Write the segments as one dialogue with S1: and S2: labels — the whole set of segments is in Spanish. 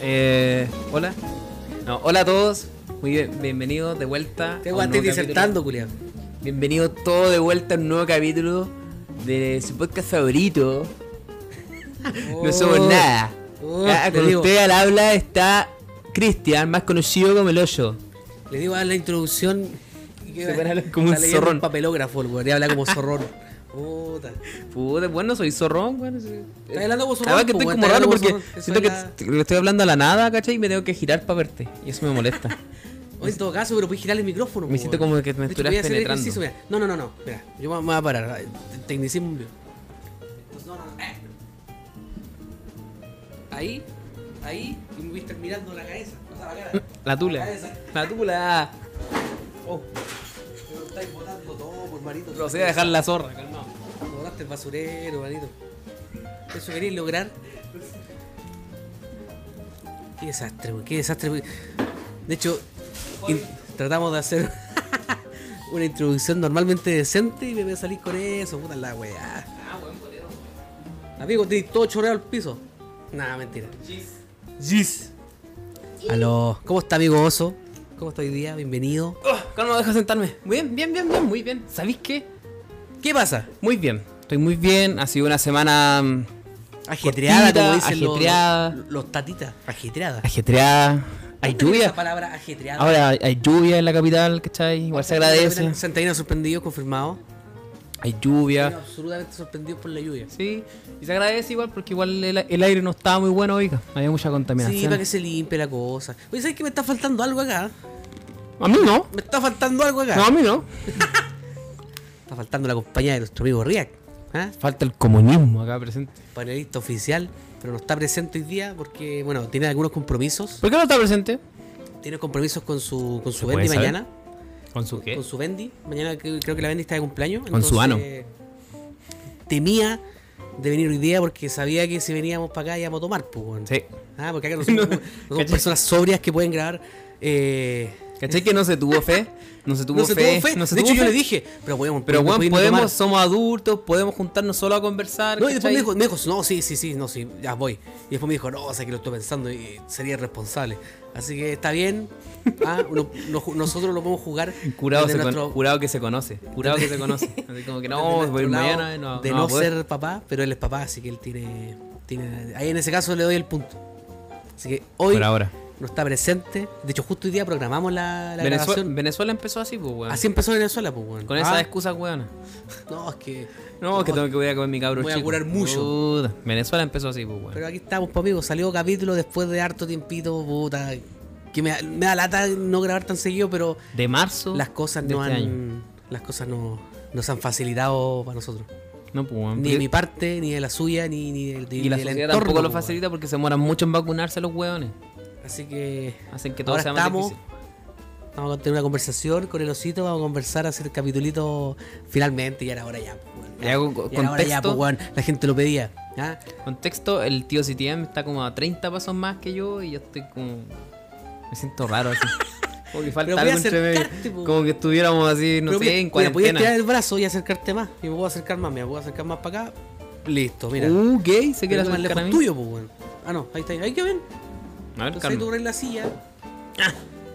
S1: Eh, hola. No, hola a todos. Muy bien, bienvenidos de vuelta.
S2: Te
S1: a un
S2: aguanté
S1: nuevo capítulo.
S2: disertando, culiao.
S1: Bienvenidos todos de vuelta a un nuevo capítulo de su podcast favorito. No somos
S2: Oh,
S1: nada.
S2: oh,
S1: Ah,
S2: te
S1: con
S2: digo.
S1: usted al habla está Cristian, más conocido como el hoyo.
S2: Le digo a la introducción. y que-
S1: Se van a hablar como
S2: está
S1: un
S2: leyendo
S1: zorrón.
S2: Un papelógrafo, el güey. habla como zorrón. Puta.
S1: Puta, bueno, soy zorrón, weón. Estás
S2: hablando como zorrón,
S1: Además que
S2: po,
S1: estoy
S2: weón,
S1: como
S2: estás
S1: raro
S2: hablando
S1: porque
S2: como zorrón.
S1: siento que
S2: Eso es
S1: t- le estoy hablando a la nada, ¿cachai? Y me tengo que girar para verte. Y eso me molesta.
S2: Oye, en todo caso, pero puedes girar el micrófono.
S1: Me
S2: po,
S1: siento
S2: güey.
S1: como que me
S2: De hecho,
S1: estuvieras
S2: voy a hacer
S1: penetrando.
S2: ejercicio, mira. No, no, no, no. Mira, yo me me voy a parar. eh, Tecnicismo. No, no, no. eh. Ahí, ahí, y me voy a estar mirando la cabeza. O sea, la cara.
S1: La tula.
S2: cabeza.
S1: La tula. ah,
S2: Oh. Pero estáis botando todo, por marito.
S1: Procede a dejar la zorra, calmado.
S2: Borraste el basurero, manito. Eso queréis lograr. Qué desastre, weón, qué desastre. weón. De hecho, in- tratamos de hacer una introducción normalmente decente y me voy a salir con eso, puta la weá. Amigo, tenéis todo chorreado al piso. Nada, mentira. Gis. Aló, ¿cómo está, amigo oso? ¿Cómo está hoy día? Bienvenido.
S1: Oh, calma, deja sentarme. Muy bien, bien, bien, bien, muy bien. ¿Sabéis qué?
S2: ¿Qué pasa?
S1: Muy bien. Estoy muy bien. Ha sido una semana mm,
S2: Ajetreada,
S1: Cortita,
S2: como dicen los-
S1: ajetreada.
S2: Los, los tatitas. Ajetreada.
S1: ajetreada. Hay
S2: Esa
S1: lluvia.
S2: palabra ajetreada.
S1: Ahora hay- hay lluvia en la capital, ¿cachai? Igual se agradece.
S2: Santaína sorprendido, confirmado.
S1: Hay lluvia.
S2: Estoy Absolutamente sorprendido por la lluvia.
S1: Sí, y se agradece igual porque igual el, el aire no estaba muy bueno, oiga. Había mucha contaminación.
S2: Sí, para que se limpie la cosa. Oye, ¿sabes que me está faltando algo acá?
S1: A mí no.
S2: Me está faltando algo acá.
S1: No, a mí no.
S2: Está faltando la compañía de nuestro amigo Riak. ¿ah?
S1: Falta el comunismo acá presente.
S2: Panelista oficial, pero no está presente hoy día porque, bueno, tiene algunos compromisos.
S1: ¿Por qué no está presente?
S2: Tiene compromisos con su, con su
S1: puede
S2: Bendy
S1: saber?
S2: mañana.
S1: ¿Con su qué?
S2: Con su Bendy. Mañana que- creo que la Bendy está de cumpleaños.
S1: Con su ano.
S2: entonces, Temía de venir hoy día porque sabía que si veníamos para acá íbamos a tomar, pues, weón.
S1: Sí.
S2: Ah, porque acá no somos, no somos
S1: ¿Cachai?
S2: personas sobrias que pueden grabar. eh,
S1: ¿Cachai que no se tuvo fe? No se tuvo
S2: no se
S1: fe.
S2: tuvo fe.
S1: no se
S2: de
S1: tuvo
S2: hecho, yo
S1: fe.
S2: le dije, pero weón,
S1: Pero bueno,
S2: ¿por qué no podéis
S1: podemos,
S2: tomar?
S1: somos adultos, podemos juntarnos solo a conversar.
S2: No, y después
S1: ¿cachai?
S2: me dijo, me dijo, no, sí, sí, sí, no, sí, ya voy. Y después me dijo, no, sé que lo estoy pensando y sería irresponsable. Así que está bien. Ah, uno- no ju- nosotros lo podemos jugar.
S1: Curado,
S2: desde
S1: se con-
S2: nuestro-
S1: curado que se conoce. Curado que se conoce. Así como que
S2: desde
S1: no,
S2: nuestro
S1: voy
S2: lado
S1: mañana. eh, No,
S2: de
S1: va
S2: no
S1: a poder.
S2: ser papá, pero él es papá, así que él tiene, tiene. Ahí en ese caso le doy el punto. Así que hoy
S1: Por ahora.
S2: no está presente. De hecho, justo hoy día programamos la, la
S1: Venezuela,
S2: grabación.
S1: Venezuela empezó así, pues, weón.
S2: Así empezó Venezuela, pues, weón.
S1: Con
S2: Ah,
S1: esas excusas, weón.
S2: No, es que.
S1: No, que tengo que voy a comer mi cabro
S2: Voy a
S1: chico.
S2: curar mucho.
S1: Puta, Venezuela empezó así, pues, weón.
S2: Pero aquí estamos, pues, amigo. Salió capítulo después de harto tiempito, puta. Que me, da- me da lata no grabar tan seguido, pero
S1: De marzo.
S2: las cosas
S1: de
S2: no
S1: este
S2: han.
S1: año.
S2: Las cosas no nos han facilitado para nosotros.
S1: No, pues, weón.
S2: Ni de mi parte, ni de la suya, ni, ni del,
S1: Y la
S2: del
S1: sociedad
S2: entorno,
S1: tampoco lo
S2: pues,
S1: facilita porque se demoran mucho en vacunarse los weones.
S2: weón. Así que.
S1: Hacen que todo
S2: Ahora
S1: sea más
S2: estamos-
S1: difícil.
S2: Vamos a tener una conversación con el osito, vamos a conversar, hacer el capitulito. Finalmente, ya era hora ya, pues, weón.
S1: Ya, con-
S2: Ya era hora ya,
S1: contexto.
S2: pues, weón. La gente lo pedía. ¿ah?
S1: Contexto, el tío CTM está como a 30 pasos más que yo y yo estoy como... Me siento raro así. Como que falta
S2: Pero voy a
S1: algo entre medio.
S2: acercarte, po.
S1: Como que estuviéramos así, no
S2: Pero
S1: sé,
S2: mira,
S1: en
S2: mira, podías tirar
S1: cuarentena.
S2: el brazo y acercarte más. Y me puedo acercar más, me puedo acercar más para acá. Listo, mira.
S1: Uh, gay, se quiere
S2: Pero más
S1: hacer
S2: lejos
S1: a mí.
S2: tuyo, pues, weón. Ah, no, ahí está. Ahí que ven.
S1: A ver,
S2: Entonces ahí tú
S1: calma.
S2: corres la silla. Ah,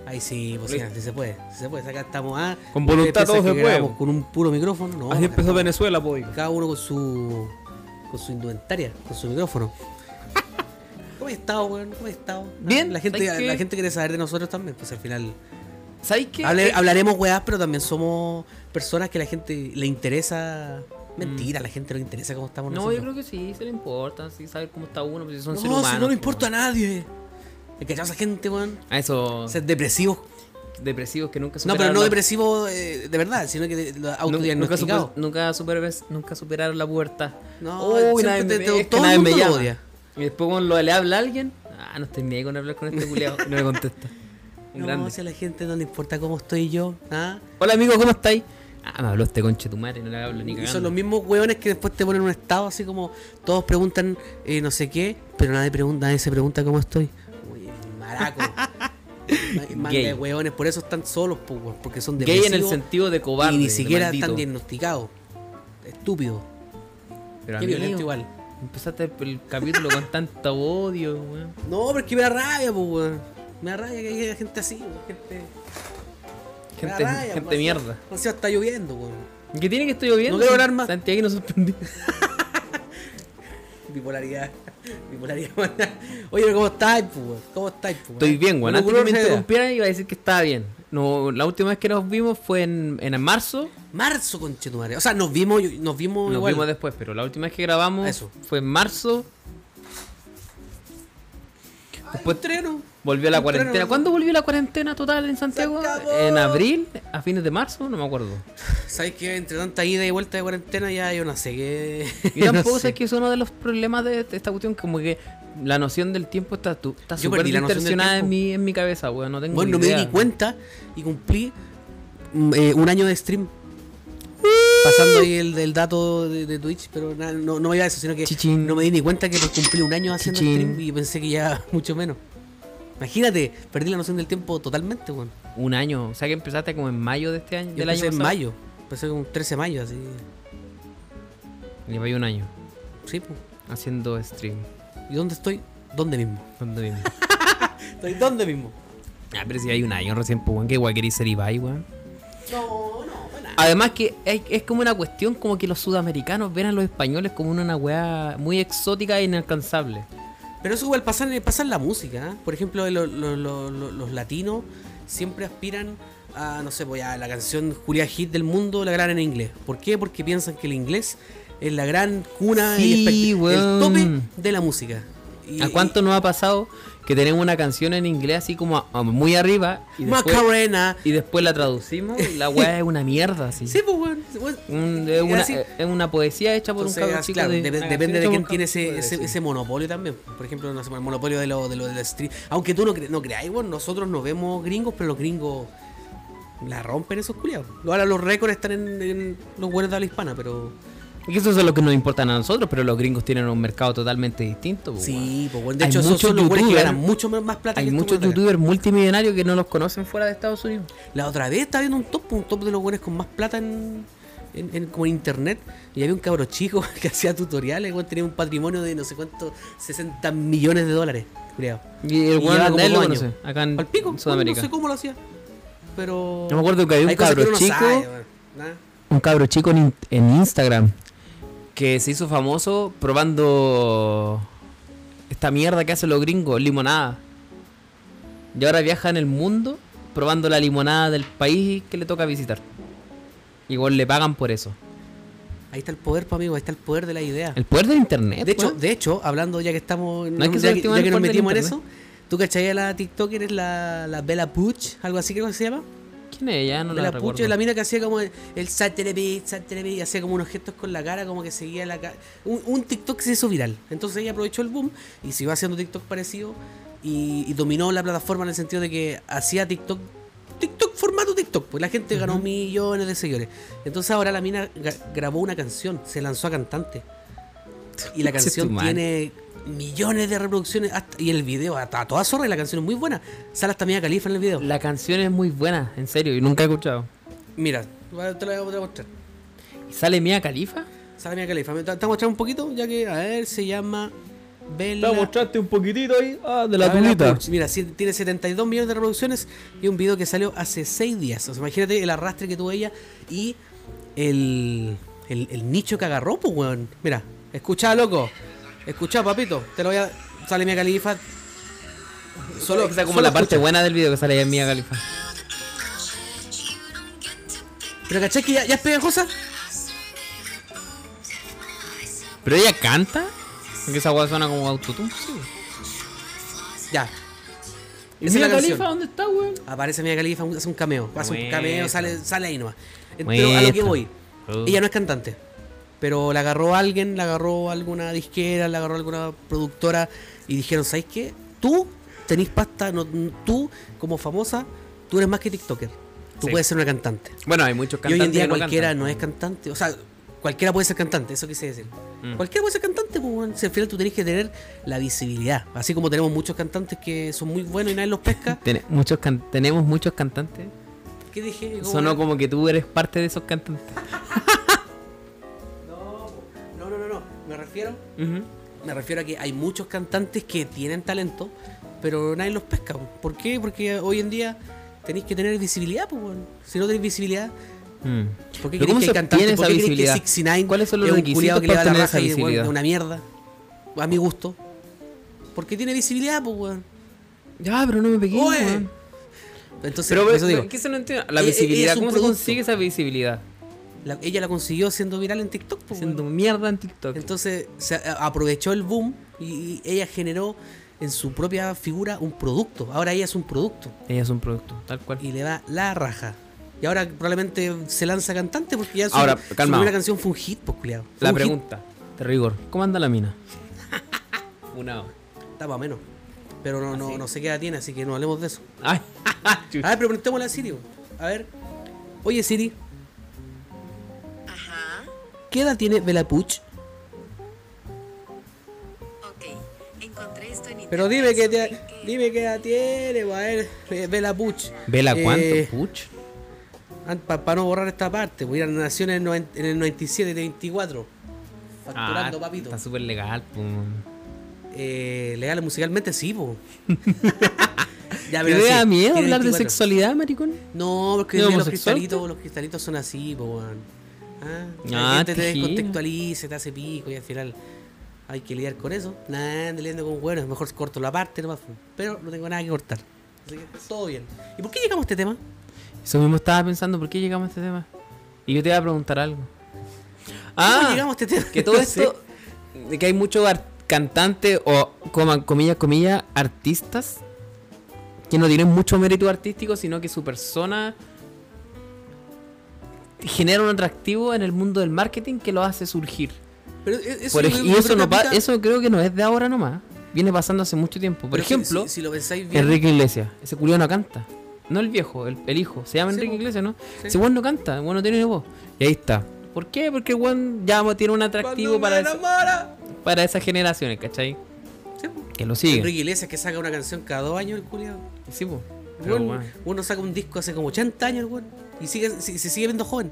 S2: ahí sí, pues sí,
S1: Listo.
S2: sí se puede. sí se puede. Acá estamos. Ah,
S1: Con voluntad
S2: ustedes piensan
S1: todo se
S2: que
S1: puede,
S2: grabamos
S1: po.
S2: Con un puro micrófono. No, acá estamos.
S1: Venezuela, pues.
S2: Cada uno con su. con su indumentaria, con su micrófono. ¿Cómo has estado, weón? ¿Cómo has estado? Ah,
S1: Bien,
S2: La gente,
S1: ¿sabes
S2: la,
S1: qué?
S2: gente quiere saber de nosotros también, pues al final.
S1: ¿Sabes qué?
S2: Hable- hablaremos weás, pero también somos personas que la gente le interesa. Mentira, a la gente no le interesa cómo estamos
S1: Mm. No,
S2: nosotros.
S1: yo creo que sí, se le importa, sí, saber cómo está uno, pues si son
S2: No,
S1: seres
S2: si
S1: humanos.
S2: no
S1: po,
S2: le importa a nadie. El que a esa gente, weón.
S1: A esos
S2: Ser depresivos.
S1: depresivos que nunca
S2: No, pero
S1: superaron.
S2: no
S1: la-
S2: depresivos eh, de verdad, sino que de- lo
S1: nu- Nunca,
S2: autodiagnosticado.
S1: super- nunca, superar- nunca superaron la pubertad.
S2: No,
S1: Uy,
S2: siempre
S1: nadie me,
S2: te- te-
S1: es que
S2: todo el
S1: nadie me
S2: mundo lo
S1: llama.
S2: odia.
S1: Y después cuando lo- le habla a alguien, ah, no estoy ni ahí con hablar con este culiado y no me contesta. Un
S2: No,
S1: grande.
S2: si a la gente no le importa cómo estoy yo. ¿ah?
S1: Hola amigo, ¿cómo estáis? Ah, me habló este conche tu madre, no le hablo ni
S2: Y
S1: cagando.
S2: son los mismos hueones que después te ponen en un estado así como todos preguntan eh, no sé qué, pero nadie pregunta, nadie se pregunta cómo estoy. Uy, maraco. Hay Manga
S1: Gay.
S2: de hueones, por eso están solos, po, weón, porque son
S1: Gay
S2: depresivos.
S1: en el sentido de cobarde.
S2: Y ni
S1: de
S2: siquiera
S1: maldito.
S2: están diagnosticados. Estúpidos.
S1: Pero
S2: Qué
S1: amigo,
S2: violento igual.
S1: Empezaste el capítulo con tanto odio, weón.
S2: No, pero es que me da rabia, pues, weón. Me da rabia que haya gente así, weón. Gente, me da
S1: Gente,
S2: rabia, pues,
S1: gente
S2: así-
S1: mierda.
S2: así está lloviendo, weón.
S1: ¿Qué tiene que estoy lloviendo?
S2: No quiero hablar más.
S1: Santiago nos sorprendió.
S2: Bipolaridad. Bipolaridad, weón. Oye, ¿cómo estáis, pues, weón? ¿Cómo estáis, pues,
S1: Estoy bien, weón.
S2: Uno
S1: Antes que me
S2: color se da.
S1: interrumpiera iba a decir que estaba bien. No, la última vez que nos vimos fue en, en marzo.
S2: Marzo, conchetumare. O sea, nos vimos, nos vimos
S1: Nos
S2: igual.
S1: vimos después, pero la última vez que grabamos
S2: Eso.
S1: fue en marzo. Después
S2: Estreno.
S1: volvió la
S2: un trueno,
S1: cuarentena.
S2: ¿no?
S1: ¿Cuándo volvió la cuarentena total en Santiago?
S2: acabó.
S1: ¿En abril? ¿A fines de marzo? No me acuerdo.
S2: ¿Sabes que Entre tanta ida y vuelta de cuarentena ya yo no sé qué.
S1: Y tampoco
S2: no
S1: sé que es uno de los problemas de de esta cuestión, como que la noción del tiempo está tu- está
S2: Yo
S1: súper
S2: perdí la noción del
S1: distorsionada en
S2: tiempo.
S1: mi, en mi cabeza, weón. No tengo
S2: Bueno, no
S1: ni
S2: me di
S1: idea.
S2: ni cuenta y cumplí mm, eh, un año de stream. Pasando ahí el, el dato de, de Twitch, pero nada, no, no iba a eso, sino que
S1: Chichín.
S2: no me di ni cuenta que pues, cumplí un año haciendo
S1: Chichín.
S2: stream y pensé que ya mucho menos. Imagínate, perdí la noción del tiempo totalmente, weón.
S1: Un año. O sea que empezaste como en mayo de este año.
S2: Yo
S1: del año
S2: empecé en
S1: pasado.
S2: mayo, empecé como un 13 de mayo, así.
S1: Lleva ahí un año
S2: Sí, pues.
S1: haciendo stream.
S2: ¿Y dónde estoy? ¿Dónde mismo?
S1: ¿Dónde mismo?
S2: Estoy dónde mismo.
S1: ah, pero si hay un año recién, pues, weón, que igual queréis ser Ibai, weón.
S2: No, no, bueno.
S1: Además que es, es como una cuestión como que los sudamericanos ven a los españoles como una weá muy exótica e inalcanzable.
S2: Pero eso igual pasa en, pasa en la música. ¿eh? Por ejemplo, lo- lo- lo- lo- los latinos siempre aspiran a, no sé, pues a la canción Julia Hit del mundo la graban en inglés. ¿Por qué? Porque piensan que el inglés es la gran cuna
S1: Sí,
S2: y espect-
S1: weón.
S2: el tope de la música. Y-
S1: ¿A cuánto nos ha pasado que tenemos una canción en inglés así como a- a muy arriba
S2: y-
S1: y después,
S2: Macarena.
S1: y después la traducimos y la weá es una mierda así?
S2: Sí, pues, weón. Weón,
S1: Un- es, una,
S2: así.
S1: es una poesía hecha por
S2: Entonces,
S1: un cabrón chico
S2: claro,
S1: de- Ah,
S2: dep-
S1: una canción
S2: depende
S1: hecha
S2: de
S1: por
S2: quién
S1: un
S2: tiene
S1: cabrón
S2: ese,
S1: de-
S2: ese,
S1: sí.
S2: ese monopolio también. Por ejemplo, no sé, el monopolio de lo, de lo del stream. Aunque tú no, cre- no creáis, bueno, nosotros no vemos gringos, pero los gringos la rompen esos culiados. Ahora los récords están en, en los buenos de habla hispana, pero.
S1: Y eso es lo que nos importa a nosotros, pero los gringos tienen un mercado totalmente distinto. pues, weón.
S2: Sí, pues bueno, de
S1: Hay
S2: hecho, esos
S1: muchos
S2: son los buenos que
S1: youtubers-
S2: ganan mucho más más plata
S1: Hay
S2: que estos
S1: muchos
S2: buenos de acá.
S1: youtubers multimillonarios que no los conocen fuera de Estados Unidos.
S2: La otra vez estaba viendo un top, un top de los buenos con más plata en, en, en- como en internet. Y había un cabro chico que hacía tutoriales, weón, tenía un patrimonio de no sé cuánto, 60 millones de dólares, culiao.
S1: Y el
S2: Y
S1: weón nadie
S2: lleva como
S1: lo
S2: dos
S1: conoce,
S2: años.
S1: acá en
S2: Al pico,
S1: Sudamérica.
S2: No sé cómo lo hacía. Pero.
S1: Yo me acuerdo que había un
S2: Hay cosas que
S1: cabro
S2: uno no
S1: chico,
S2: sabe, weón, ¿no?
S1: un cabro chico en, in- en Instagram que se hizo famoso probando esta mierda que hacen los gringos, limonada. Y ahora viaja en el mundo probando la limonada del país que le toca visitar. Igual le pagan por eso.
S2: Ahí está el poder, pa, amigo. Ahí está el poder de la idea.
S1: El poder del internet.
S2: De hecho,
S1: weón.
S2: de hecho, hablando ya que estamos.
S1: pues. No hay que
S2: ya, que,
S1: subestimar
S2: ya
S1: el
S2: que nos
S1: poder del
S2: metimos en eso.
S1: internet.
S2: ¿Tú cachai a la TikToker? Es la, la Bella Puch, algo así creo que se llama.
S1: ¿quién es ella? No la
S2: Bella Puch
S1: recuerdo.
S2: es la mina que hacía como el, el Saterebi, Saterebi, y hacía como unos gestos con la cara, como que seguía la cara. Un, un TikTok que se hizo viral. Entonces ella aprovechó el boom y se iba haciendo TikTok parecido y, y dominó la plataforma en el sentido de que hacía TikTok. TikTok, formato TikTok, pues la gente ganó millones de seguidores. Entonces ahora la mina ga- grabó una canción, se lanzó a cantante. Y la
S1: Ese es tu
S2: canción
S1: mal.
S2: tiene millones de reproducciones hasta- y el video hasta a toda zorra y la canción es muy buena. Sale hasta Mia Califa en el video.
S1: La canción es muy buena, en serio, y nunca he escuchado.
S2: Mira, te la te la voy a mostrar.
S1: ¿Y sale Mia Califa?
S2: Sale Mia Khalifa. ¿Me- ¿Te te voy a mostrar un poquito? Ya que, a ver, se llama Bella...
S1: un poquitito ahí ah, de
S2: Bella Purch. Mira, si- tiene 72 millones de reproducciones y un video que salió hace 6 días. O sea, imagínate el arrastre que tuvo ella y el, el, el nicho que agarró, pues, weón. Mira, escucha, loco. Escucha, papito. Te lo voy a... Sale Mia Khalifa.
S1: Solo,
S2: Solo,
S1: esa como
S2: solo
S1: la parte
S2: escucha.
S1: buena del video que sale ahí en Mia Califa.
S2: Pero ¿cachai que ya, ya es pegajosa?
S1: ¿Pero ella canta? Porque esa guay suena como autotune.
S2: Ya.
S1: ¿Y
S2: Esa es la
S1: Mia
S2: canción.
S1: Khalifa dónde está, weón?
S2: Aparece Mia Khalifa, hace un cameo. Hace un
S1: Muestra.
S2: cameo, sale, sale ahí nomás. Eh, Pero a lo que
S1: Muestra.
S2: voy.
S1: Oh.
S2: Ella no es cantante. Pero la agarró alguien, la agarró alguna disquera, la agarró alguna productora. Y dijeron, ¿sabes qué? Tú tenés pasta, no, tú como famosa, tú eres más que TikToker. Tú
S1: Sí.
S2: puedes ser una cantante.
S1: Bueno, hay muchos
S2: y
S1: cantantes
S2: hoy en día
S1: que no
S2: cualquiera
S1: cantan.
S2: no es cantante. O sea, cualquiera puede ser cantante, eso quise decir.
S1: Mm.
S2: Cualquiera puede ser cantante, pues, weón. Si al final tú tenés que tener la visibilidad. Así como tenemos muchos cantantes que son muy buenos y nadie los pesca.
S1: Ten- muchos can- tenemos muchos cantantes.
S2: ¿Qué dije? ¿Cómo
S1: Sonó
S2: era?
S1: como que tú eres parte de esos cantantes.
S2: No, no, no, no. Me refiero?
S1: Ujú.
S2: Me refiero a que hay muchos cantantes que tienen talento, pero nadie los pesca. po. ¿Por qué? Porque hoy en día tenéis que tener visibilidad, pues, Si no tenéis visibilidad,
S1: Mm.
S2: ¿por qué
S1: Pero
S2: creéis
S1: ¿cómo
S2: que hay
S1: se
S2: cantantes?
S1: obtiene
S2: ¿Por
S1: esa
S2: qué creéis
S1: visibilidad?
S2: que 69
S1: ¿Cuáles son los
S2: es un
S1: requisitos
S2: culiao que le
S1: para
S2: da la
S1: obtener
S2: raja
S1: esa
S2: y bueno,
S1: visibilidad?
S2: es una mierda? A mi gusto. Porque tiene visibilidad, pues, weón.
S1: Ya, pero no me pegué.
S2: Oye.
S1: weón.
S2: Entonces,
S1: Pero,
S2: por eso digo,
S1: ¿qué se no entiende? La
S2: Eh, eh,
S1: visibilidad,
S2: es un
S1: ¿cómo se
S2: producto.
S1: consigue esa visibilidad?
S2: la- ella la consiguió siendo viral en TikTok, pues,
S1: Siendo
S2: weón.
S1: mierda en TikTok.
S2: Entonces se a- aprovechó el boom y, y ella generó en su propia figura un producto. Ahora ella es un producto
S1: Ella es un producto, tal cual.
S2: y le da la raja. Y ahora probablemente se lanza cantante porque ya su,
S1: Ahora,
S2: su
S1: calma.
S2: primera canción fue un hit, pues culiao. Fue
S1: La
S2: un hit.
S1: pregunta, de rigor, ¿cómo anda la mina? Una.
S2: Está más o menos. Pero no, no, no sé qué edad tiene, así que no hablemos de eso.
S1: Ay,
S2: A ver, pero preguntémosle a Siri. weón. A ver. Oye, Siri,
S3: Ajá,
S2: ¿qué edad tiene Bella Puch?
S3: ok. Encontré esto en internet.
S2: Pero dime qué,
S3: sobre
S2: te- dime qué edad tiene, weón. a ver, eh, Bella Puch.
S1: ¿vela cuánto,
S2: Eh,
S1: puch?
S2: Para no borrar esta parte, voy a ir a Nación en el, noven- en el 97 de 24. Facturando,
S1: Ah,
S2: papito.
S1: Está súper legal, pum.
S2: Eh, legal musicalmente, sí, po. ya,
S1: ¿Te da
S2: sí,
S1: miedo
S2: tiene
S1: hablar de
S2: 24.
S1: sexualidad, maricón?
S2: No, porque
S1: ¿Es
S2: hoy día los
S1: homosexual,
S2: cristalitos, los cristalitos son así, po, weón. Ah,
S1: Ah,
S2: la gente te
S1: te gira.
S2: descontextualiza, te hace pico y al final hay que lidiar con eso. Nada, ando lidiando con bueno, mejor corto la parte nomás, po. pero no tengo nada que cortar. Así que todo bien. ¿Y por qué llegamos a este tema?
S1: Eso mismo estaba pensando, ¿por qué llegamos a este tema? Y yo te iba a preguntar algo.
S2: ¿Cómo
S1: Ah,
S2: llegamos a este tema?
S1: que todo
S2: No sé.
S1: esto, de que hay muchos ar- cantantes o, coma, comillas, comillas, artistas que no tienen mucho mérito artístico, sino que su persona genera un atractivo en el mundo del marketing que lo hace surgir.
S2: Pero e- eso
S1: Por
S2: yo
S1: ej-
S2: creo
S1: y
S2: que
S1: eso,
S2: creo
S1: no
S2: que
S1: pa-
S2: aplica-
S1: eso creo que no es de ahora nomás. Viene pasando hace mucho tiempo. Por
S2: Pero si-
S1: ejemplo,
S2: si, si lo pensáis bien,
S1: Enrique Iglesias. Ese culiao no canta. No el viejo, el, el hijo. Se llama
S2: Sí,
S1: Enrique
S2: po.
S1: Iglesias, ¿no?
S2: Sí.
S1: Ese weón no canta, el weón no tiene ni voz. Y ahí está. ¿Por qué? Porque el weón ya tiene un atractivo
S2: Cuando
S1: para,
S2: me
S1: esa-
S2: enamora.
S1: para esas generaciones, ¿cachai?
S2: Sí, po.
S1: Que lo siguen.
S2: Enrique Iglesias que saca una canción cada dos años, el culiado.
S1: Sí, po. Pero,
S2: Bueno,
S1: weón,
S2: uno saca un disco hace como 80 años, el weón. Y sigue, si- se sigue viendo joven.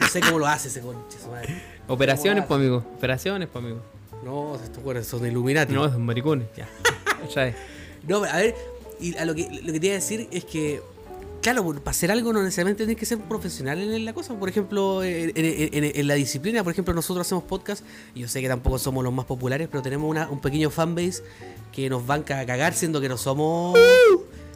S2: No sé cómo lo hace ese conche, su madre.
S1: Operaciones,
S2: ¿Cómo
S1: po, amigo. Operaciones, po, amigo.
S2: No, estos weones son Illuminati.
S1: No,
S2: No,
S1: son maricones. Ya. ¿Cachai?
S2: pero a ver, y a lo que, lo que te iba a decir es que, claro, por- para hacer algo no necesariamente tienes que ser un profesional en la cosa. Por ejemplo, en, en- en- en la disciplina, por ejemplo, nosotros hacemos podcast. y Yo sé que tampoco somos los más populares, pero tenemos una- un pequeño fanbase que nos banca a cagar, siendo que no somos.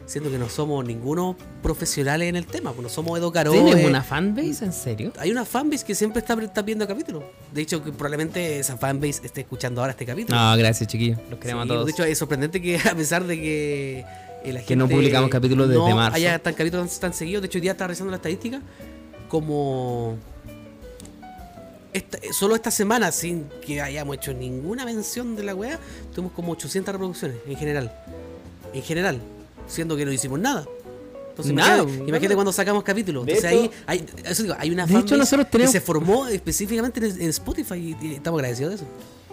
S2: Siendo que no somos ninguno profesionales en el tema, pues no somos Edo Caro.
S1: ¿Tienes una fanbase? ¿En serio?
S2: hay una fanbase que siempre está, está viendo capítulos. De hecho, que probablemente esa fanbase esté escuchando ahora este capítulo.
S1: No, gracias, chiquillos. Los queremos
S2: Sí,
S1: a
S2: pues,
S1: todos.
S2: De hecho, es sorprendente que a pesar de que eh, la gente
S1: Que no publicamos capítulos desde
S2: no
S1: marzo.
S2: haya tan capítulos tan, tan seguidos. De hecho, hoy día estaba revisando la estadística como esta- eh, solo esta semana, sin que hayamos hecho ninguna mención de la wea, tuvimos como 800 reproducciones en general. En general, siendo que no hicimos nada. Entonces,
S1: Nada, pues,
S2: imagínate,
S1: nada.
S2: imagínate cuando sacamos capítulos.
S1: De
S2: Entonces,
S1: hecho-
S2: ahí hay, eso digo, hay una
S1: De
S2: fanbase
S1: hecho, nosotros tenemos-
S2: que se formó específicamente en, en Spotify y, y estamos agradecidos de eso.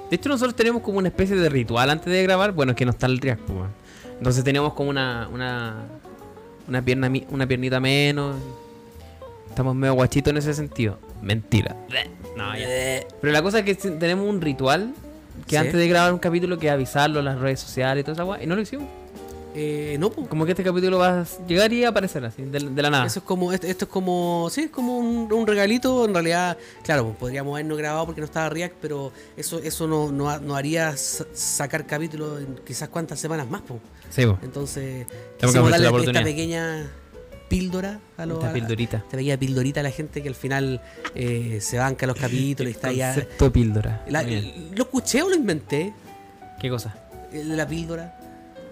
S1: De hecho, nosotros tenemos como una especie de ritual antes de grabar. Bueno, es que no está el Rias, pues, weón. Entonces tenemos como una, una, una, pierna, mi- una piernita menos. Estamos medio guachitos en ese sentido. Mentira. No, ya. Pero la cosa es que si- tenemos un ritual que
S2: Sí.
S1: antes de grabar un capítulo que avisarlo a las redes sociales y toda esa guay. Y no lo hicimos.
S2: Eh, no, pues.
S1: Como que este capítulo va a llegar y aparecer así, de, de la nada.
S2: Eso es como, esto, esto es como, sí, es como un, un regalito. En realidad, claro, pues, podríamos habernos grabado porque no estaba React, pero eso, eso no, no, ha- no haría sa- sacar capítulos en quizás cuántas semanas más, pues.
S1: Sí, po.
S2: Entonces,
S1: que
S2: quisimos
S1: aprovechar
S2: darle
S1: la
S2: esta
S1: oportunidad.
S2: pequeña píldora a los.
S1: Esta pildorita.
S2: Esta pequeña pildorita a la gente que al final eh, se banca los capítulos y está allá.
S1: Concepto píldora.
S2: La-
S1: Muy bien.
S2: ¿Lo escuché o lo inventé?
S1: ¿Qué cosa?
S2: eh, de La píldora.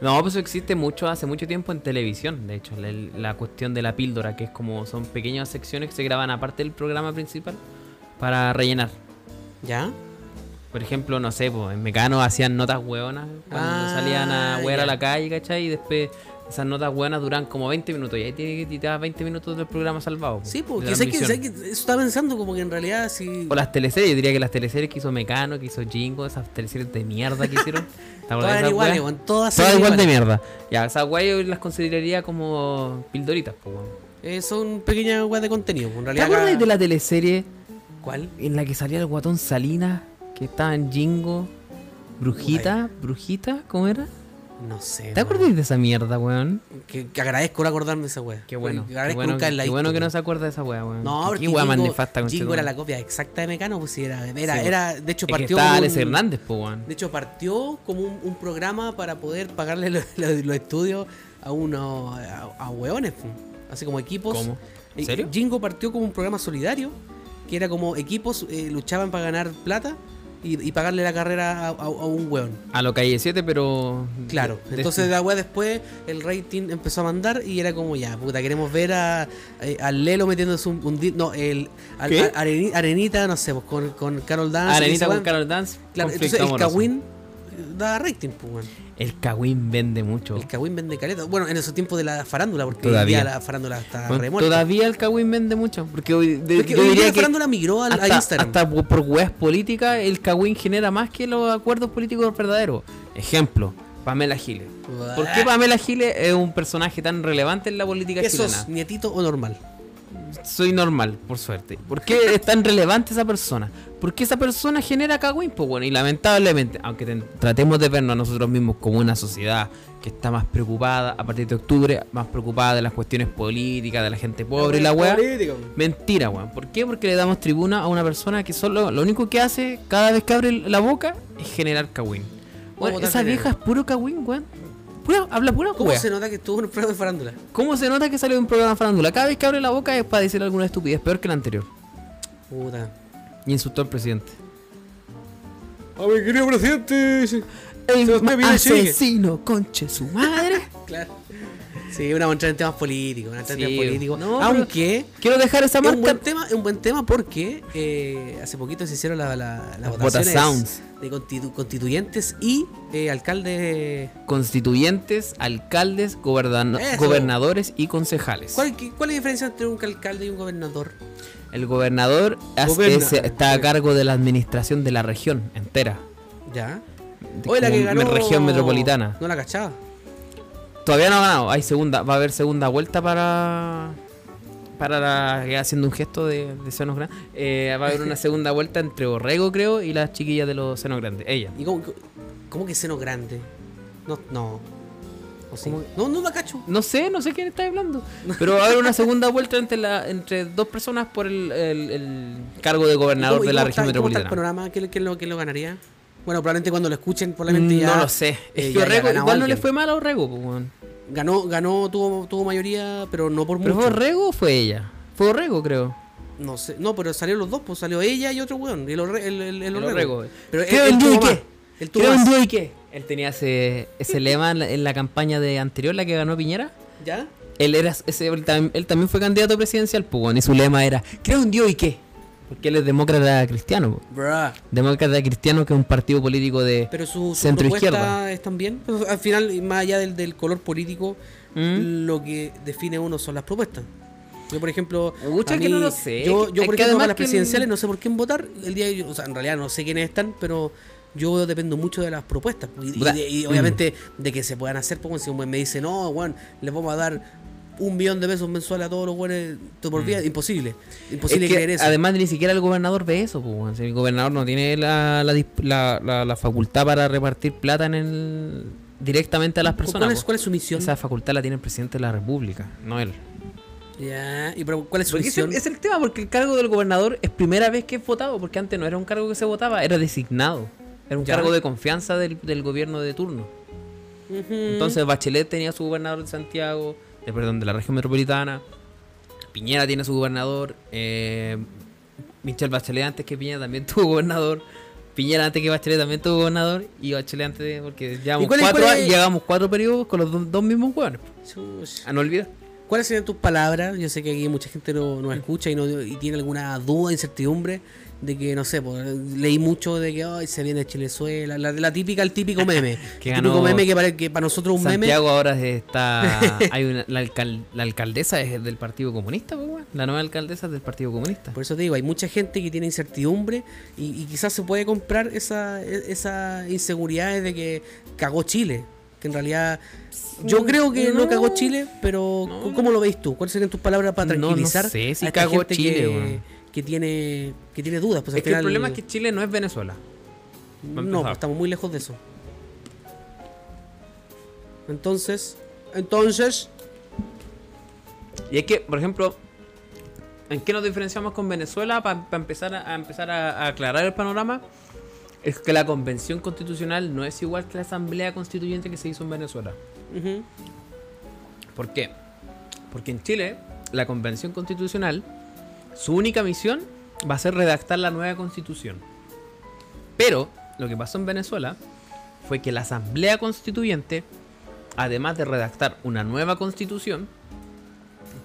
S1: No, pues eso existe mucho, hace mucho tiempo en televisión, de hecho, la, la cuestión de la píldora, que es como son pequeñas secciones que se graban aparte del programa principal para rellenar.
S2: ¿Ya?
S1: Por ejemplo, no sé, po, en Mecano hacían notas hueonas cuando
S2: Ah,
S1: salían a huear
S2: ya.
S1: a la calle, ¿cachai? Y después esas notas hueonas duran como 20 minutos y ahí tiene que quitar 20 minutos del programa salvado. po,
S2: Sí,
S1: de
S2: porque sé que,
S1: transmisión.
S2: sé que eso estaba pensando como que en realidad si.
S1: O las teleseries, yo diría que las teleseries que hizo Mecano, que hizo Jingo, esas teleseries de mierda que hicieron. ¿te acordás de
S2: Todas eran
S1: esas
S2: iguales,
S1: weas?
S2: weón, todas
S1: Todas
S2: eran
S1: igual de
S2: iguales.
S1: mierda. Ya, esas weas yo las consideraría como pildoritas, pues, weón.
S2: Eh, son pequeñas weas de contenido. En
S1: ¿Te
S2: realidad,
S1: acuerdas
S2: acá-
S1: de la teleserie
S2: ¿Cuál?
S1: en la que salía el guatón Salinas? Que estaban Jingo, Brujita, Brujita, ¿cómo era?
S2: No sé.
S1: ¿Te acuerdas de esa mierda, weón?
S2: weón. Que, que agradezco por acordarme de esa wea.
S1: Qué bueno.
S2: Que
S1: Qué
S2: agradezco
S1: bueno,
S2: nunca haberla
S1: qué
S2: visto,
S1: bueno que
S2: weón.
S1: no se acuerda de esa wea, weón.
S2: No,
S1: Qué
S2: porque
S1: wea más
S2: Jingo-
S1: nefasta,
S2: Jingo era la
S1: conchetumare.
S2: copia exacta de Mecano, pues sí, era, era,
S1: Sí,
S2: era- de
S1: Es
S2: hecho
S1: que
S2: partió
S1: estaba
S2: como
S1: Alex
S2: un-
S1: Hernández, pues, weón.
S2: De hecho partió como un, un programa para poder pagarle lo- lo- los estudios a unos a, a hueones, pues. así como equipos.
S1: ¿Cómo? ¿En
S2: Eh,
S1: serio?
S2: Jingo partió como un programa solidario, que era como equipos eh, luchaban para ganar plata y, y pagarle la carrera a, a- a un hueón.
S1: A lo calle 7, pero.
S2: Claro,
S1: de- este.
S2: entonces la weá después el rating empezó a mandar y era como ya, puta, queremos ver a, eh, al Lelo metiéndose un, un di- no, el al-
S1: ¿Qué?
S2: a- Areni- Arenita, no sé, pues con, con Carol Dance. y
S1: Ah, Arenita
S2: esa
S1: con
S2: weá.
S1: Carol Dance.
S2: Claro,
S1: conflicto
S2: entonces el
S1: amoroso.
S2: Kawin da rating, pues weón.
S1: El Kawin vende mucho.
S2: El Kawin vende caleta. Bueno, en esos tiempos de la farándula, porque
S1: Todavía.
S2: hoy día la farándula está
S1: Bueno,
S2: remota.
S1: todavía el Kawin vende mucho. Porque hoy, de-
S2: Porque
S1: yo
S2: hoy día
S1: diría
S2: la
S1: que
S2: farándula migró al, a
S1: hasta,
S2: Instagram.
S1: hasta por por weas políticas, el Kawin genera más que los acuerdos políticos verdaderos. Ejemplo, Pamela Giles.
S2: Buah.
S1: ¿Por qué Pamela Giles es un personaje tan relevante en la política
S2: ¿Qué
S1: chilena?
S2: sos, nietito Ah, o normal?
S1: Soy normal, por suerte. ¿Por qué es tan relevante esa persona? Porque esa persona genera Kawin, pues bueno, y lamentablemente, aunque ten- tratemos de vernos a nosotros mismos como una sociedad que está más preocupada a partir de octubre, más preocupada de las cuestiones políticas, de la gente pobre y la wea. Mentira, weón. ¿Por qué? Porque le damos tribuna a una persona que solo lo único que hace cada vez que abre la boca es generar cagüín. Weón,
S2: votar
S1: esa
S2: dinero.
S1: vieja es puro cagüín, weón. Pura- habla pura
S2: ¿Cómo
S1: wea.
S2: se nota que estuvo en un programa de farándula?
S1: ¿Cómo se nota que salió de un programa de farándula? Cada vez que abre la boca es para decir alguna estupidez peor que la anterior.
S2: Puta.
S1: Y insultó al presidente.
S2: A mi querido presidente.
S1: El
S2: Se los me viene
S1: asesino, conche su madre.
S2: Claro. Sí, una entrar en temas políticos, una
S1: Sí,
S2: en temas políticos.
S1: no, pero-
S2: Aunque
S1: Quiero dejar esa
S2: es un,
S1: marca.
S2: buen tema, es un buen tema porque eh, hace poquito se hicieron la- la- las
S1: Las
S2: votaciones
S1: votasounds.
S2: de constitu- constituyentes y eh, alcaldes.
S1: Constituyentes, alcaldes, goberna-
S2: Eso.
S1: gobernadores y concejales.
S2: ¿Cuál, qué- cuál es la diferencia entre un alcalde y un gobernador?
S1: El gobernador hace-
S2: Goberna.
S1: es- está a cargo de la administración de la región entera.
S2: Ya.
S1: de
S2: Oye, la
S1: como
S2: que ganó.
S1: región metropolitana.
S2: No la cachaba.
S1: Todavía no ha ganado. Hay segunda, va a haber segunda vuelta para para la- ya haciendo un gesto de, de senos grandes. Eh, va a haber una segunda vuelta entre Orrego, creo, y las chiquillas de los senos grandes. Ella.
S2: ¿Y cómo, cómo que seno grande? No, no. ¿O sí?
S1: ¿Cómo?
S2: No, no la cacho.
S1: No sé, no sé quién está hablando. Pero va a haber una segunda vuelta entre la entre dos personas por el, el- el cargo de
S2: ¿Y
S1: gobernador
S2: cómo- y
S1: de la
S2: cómo
S1: región
S2: está- cómo está el
S1: metropolitana.
S2: panorama? ¿Quién, quién lo, quién lo ganaría? Bueno, probablemente cuando lo escuchen, probablemente ya.
S1: Mm, No lo sé. Es
S2: eh,
S1: que
S2: ya- ya
S1: Orrego,
S2: ganó
S1: igual no le
S2: alguien.
S1: fue mal a Orrego, pues, weón.
S2: Ganó, ganó tuvo, tuvo mayoría, pero no por
S1: ¿Pero
S2: mucho.
S1: fue Orrego o fue ella? Fue Orrego, creo.
S2: No sé, no, pero salieron los dos, pues salió ella y otro weón, el, orre- el, el, el
S1: El
S2: orrego.
S1: Orrego.
S2: Pero
S1: Creo en
S2: tuvo
S1: Dios y
S2: más,
S1: qué.
S2: él tuvo
S1: Creo en
S2: más.
S1: Dios y qué. Él tenía ese, ese lema en la, en la campaña de anterior, la que ganó Piñera.
S2: ¿Ya?
S1: Él, era, ese, él, tam- él también fue candidato presidencial, pues, bueno, y su lema era, creo en Dios y qué. Porque él es demócrata cristiano, po.
S2: Bruh.
S1: demócrata cristiano que es un partido político de...
S2: Pero su, su
S1: Centro
S2: propuesta
S1: izquierda.
S2: están bien. Pues, al final, y más allá del, del color político,
S1: ¿Mm?
S2: lo que define uno son las propuestas. Yo, por ejemplo,
S1: Pucha,
S2: a
S1: que no lo sé.
S2: Yo, yo,
S1: Es
S2: por
S1: que
S2: ejemplo,
S1: además
S2: para las
S1: que el-
S2: presidenciales no sé por quién votar. El día, que yo- o sea, en realidad no sé quiénes están, pero yo dependo mucho de las propuestas y, y
S1: Puta,
S2: de- y
S1: mm.
S2: obviamente de que se puedan hacer. Porque si un buen me dice, no, Juan, les vamos a dar un millón de pesos mensual a todos los buenos por día, imposible, imposible
S1: Mm. Es que,
S2: creer eso.
S1: Además, ni siquiera el gobernador ve eso. pues, weón. Si el gobernador no tiene la, la, disp- la- la- la facultad para repartir plata en el, directamente a las personas.
S2: ¿Cuál es,
S1: pues.
S2: cuál es su misión?
S1: Esa facultad la tiene el presidente de la República, no él.
S2: Ya, ¿Y pero cuál es su
S1: Porque ese
S2: misión?
S1: es el tema, porque el cargo del gobernador es primera vez que es votado, porque antes no era un cargo que se votaba, era designado. Era un
S2: Ya.
S1: cargo de confianza del, del gobierno de turno.
S2: Ujú.
S1: Entonces Bachelet tenía su gobernador de Santiago, de, perdón, de la región metropolitana. Piñera tiene su gobernador. eh, Michelle Bachelet antes que Piñera también tuvo gobernador. Piñera antes que Bachelet también tuvo gobernador. Y Bachelet antes, de- porque llevamos
S2: cuál es-
S1: cuatro,
S2: cuál es-
S1: años- llevamos cuatro periodos con los do- dos mismos hueones.
S2: Chuch.
S1: A no olvidar.
S2: ¿Cuáles serían tus palabras? Yo sé que aquí mucha gente no,
S1: Mm.
S2: no escucha y, no, y tiene alguna duda, incertidumbre de que, no sé, po, leí mucho de que "Ay, se viene Chilezuela, la, la típica, el típico meme.
S1: Que
S2: el
S1: ganó
S2: típico meme que para, que para nosotros un
S1: Santiago ahora está. Hay una, la, alcal- la alcaldesa es del Partido Comunista, pues, weón. La nueva alcaldesa es del Partido Comunista.
S2: meme. Por eso te digo, hay mucha gente que tiene incertidumbre y, y quizás se puede comprar esa, e- esa inseguridad de que cagó Chile. Que en realidad yo creo que no,
S1: no.
S2: cagó Chile, pero
S1: No.
S2: ¿cómo lo veis tú? ¿Cuáles serían tus palabras para
S1: No, no
S2: tranquilizar
S1: sé si
S2: a esta
S1: cagó
S2: gente
S1: Chile,
S2: que,
S1: weón.
S2: que tiene que tiene dudas? Pues, al
S1: es que el
S2: final-
S1: problema es que Chile no es Venezuela. a
S2: No,
S1: empezar.
S2: estamos muy lejos de eso. Entonces, entonces,
S1: Y es que, por ejemplo, ¿en qué nos diferenciamos con Venezuela para empezar, a, a empezar a, a aclarar el panorama? Es que la convención constitucional no es igual que la asamblea constituyente que se hizo en Venezuela.
S2: ujú,
S1: ¿Por qué? Porque en Chile, la convención constitucional, su única misión va a ser redactar la nueva constitución. Pero lo que pasó en Venezuela fue que la asamblea constituyente, además de redactar una nueva constitución,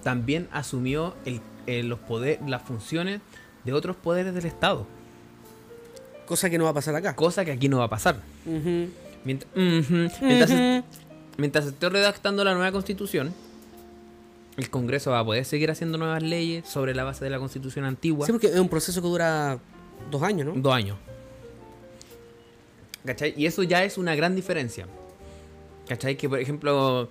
S1: también asumió el- eh, los poder, las funciones de otros poderes del Estado.
S2: cosa que no va a pasar acá.
S1: Cosa que aquí no va a pasar.
S2: Ujú.
S1: Mientras, ujú, mientras es-
S2: Ujú.
S1: mientras esté redactando la nueva constitución, el Congreso va a poder seguir haciendo nuevas leyes sobre la base de la constitución antigua.
S2: Sí, porque es un proceso que dura dos años, ¿no?
S1: Dos años. ¿Cachai? Y eso ya es una gran diferencia. ¿Cachai? Que por ejemplo,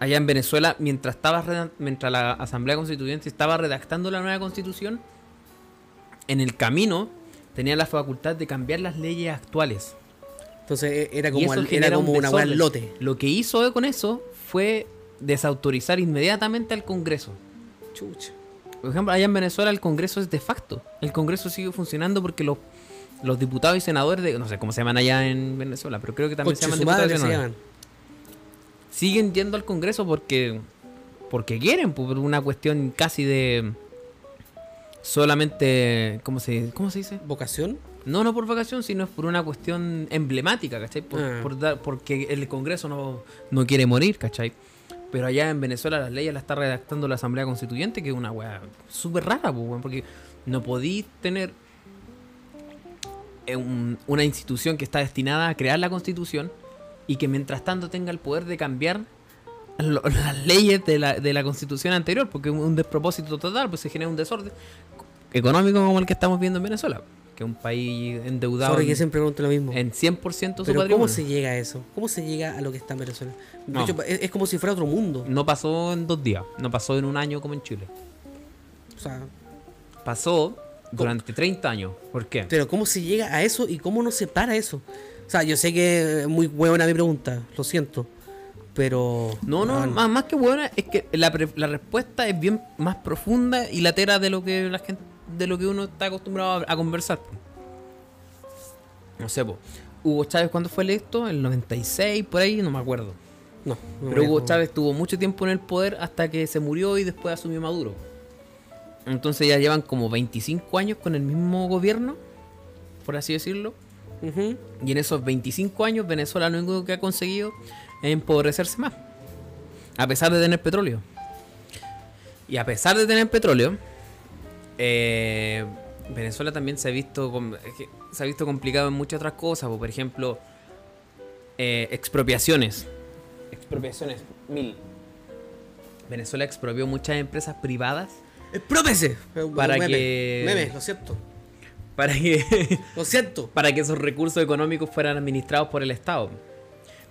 S1: allá en Venezuela, mientras, estaba redac- mientras la Asamblea Constituyente estaba redactando la nueva constitución, en el camino tenía la facultad de cambiar las leyes actuales.
S2: Entonces e- era
S1: Y
S2: como,
S1: eso
S2: al- era
S1: genera
S2: como
S1: un
S2: una hueá al
S1: desorden.
S2: lote.
S1: Lo que hizo con eso fue desautorizar inmediatamente al Congreso.
S2: Chucha.
S1: Por ejemplo, allá en Venezuela el Congreso es de facto. El Congreso sigue funcionando porque los, los diputados y senadores de. No sé cómo se llaman allá en Venezuela, pero creo que también
S2: Conche
S1: se llaman
S2: su
S1: diputados
S2: madre
S1: y
S2: se
S1: senadores.
S2: llaman.
S1: Siguen yendo al Congreso porque. porque quieren, pues, por una cuestión casi de. solamente. ¿Cómo se, cómo se dice?
S2: ¿Vocación?
S1: No, no por vacación, sino es por una cuestión emblemática, ¿cachai? Por-
S2: Ah.
S1: por dar- porque el Congreso no, no quiere morir, ¿cachai? Pero allá en Venezuela las leyes las está redactando la Asamblea Constituyente, que es una weá súper rara, po, weón, porque no podí tener eh, un- una institución que está destinada a crear la Constitución y que mientras tanto tenga el poder de cambiar lo- las leyes de la, de la Constitución anterior, porque es un despropósito total, pues se genera un desorden económico como el que estamos viendo en Venezuela, que es un país endeudado
S2: Sorry que
S1: en,
S2: siempre pregunto lo mismo.
S1: en 100% su
S2: Pero
S1: patrimonio.
S2: ¿cómo se llega a eso? ¿Cómo se llega a lo que está en Venezuela? De
S1: No.
S2: hecho, pa- es, es como si fuera otro mundo.
S1: No pasó en dos días, no pasó en un año como en Chile.
S2: O sea,
S1: Pasó durante 30 años. ¿Por qué?
S2: pero ¿cómo se llega a eso y cómo no se para eso? O sea, yo sé que es muy huevona mi pregunta, lo siento. Pero. Ah,
S1: No, no,
S2: Bueno,
S1: más, más que buena, es que la, pre- la respuesta es bien más profunda y latera de lo que la gente, de lo que uno está acostumbrado a, a conversar. po. No sé, po. Hugo Chávez, ¿cuándo fue electo? El 96, por ahí, no me acuerdo.
S2: No, no
S1: Pero Hugo
S2: manejo.
S1: Chávez tuvo mucho tiempo en el poder hasta que se murió y después asumió Maduro. Entonces ya llevan como 25 años con el mismo gobierno, por así decirlo.
S2: Ujú.
S1: Y en esos 25 años Venezuela lo único que ha conseguido es empobrecerse más. A pesar de tener petróleo. Y a pesar de tener petróleo, eh, Venezuela también se ha visto com- es que se ha visto complicado en muchas otras cosas. po. Por ejemplo, eh, expropiaciones. Expropiaciones, mil. Venezuela expropió muchas empresas privadas
S2: ¡Exprópese! Es un-
S1: Para
S2: un meme.
S1: que-
S2: Meme, lo siento.
S1: para que
S2: Lo siento.
S1: para que esos recursos económicos fueran administrados por el Estado.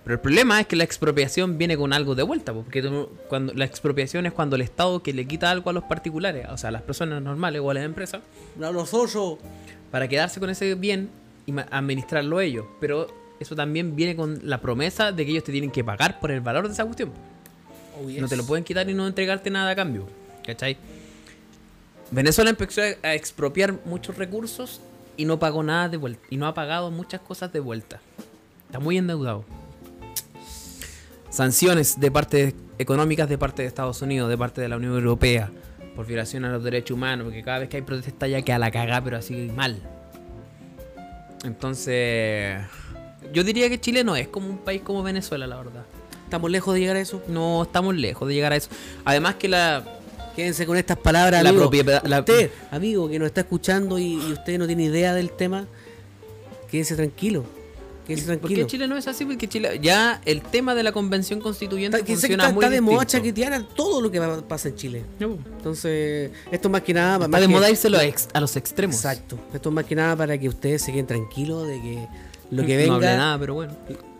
S1: Pero el problema es que la expropiación viene con algo de vuelta, porque tú- cuando la expropiación es cuando el Estado que le quita algo a los particulares, o sea, a las personas normales o a las empresas,
S2: A los ocho.
S1: para quedarse con ese bien y ma- administrarlo ellos. Pero eso también viene con la promesa de que ellos te tienen que pagar por el valor de esa cuestión.
S2: Oh,
S1: No te
S2: yes.
S1: lo pueden quitar y no entregarte nada a cambio. ¿Cachai? Venezuela empezó a- a expropiar muchos recursos y no pagó nada de vuelta. Y no ha pagado muchas cosas de vuelta. Está muy endeudado. Sanciones de parte económicas de parte de Estados Unidos, de parte de la Unión Europea, por violación a los derechos humanos, porque cada vez que hay protesta ya queda la cagada, pero así mal. Entonces, yo diría que Chile no es como un país como Venezuela, la verdad.
S2: Estamos lejos de llegar a eso.
S1: No estamos lejos de llegar a eso. Además que la...
S2: Quédense con estas palabras,
S1: La
S2: amigo.
S1: propiedad- la-
S2: Usted, amigo, que nos está escuchando y, y usted no tiene idea del tema, quédese tranquilo. Quédese
S1: ¿Por qué
S2: tranquilo.
S1: Chile no es así? Porque Chile... Ya el tema de la convención constituyente
S2: Está, que sé que
S1: funciona
S2: está,
S1: muy
S2: está de moda
S1: distinto.
S2: chaquetear a todo lo que va- pasa en Chile.
S1: No,
S2: Entonces, esto es más que nada...
S1: Está
S2: más
S1: de
S2: que-
S1: moda irse a los, ex- a los extremos.
S2: Exacto. Esto es más que nada para que ustedes se queden tranquilos de que lo que
S1: No
S2: venga...
S1: hablé nada, pero bueno.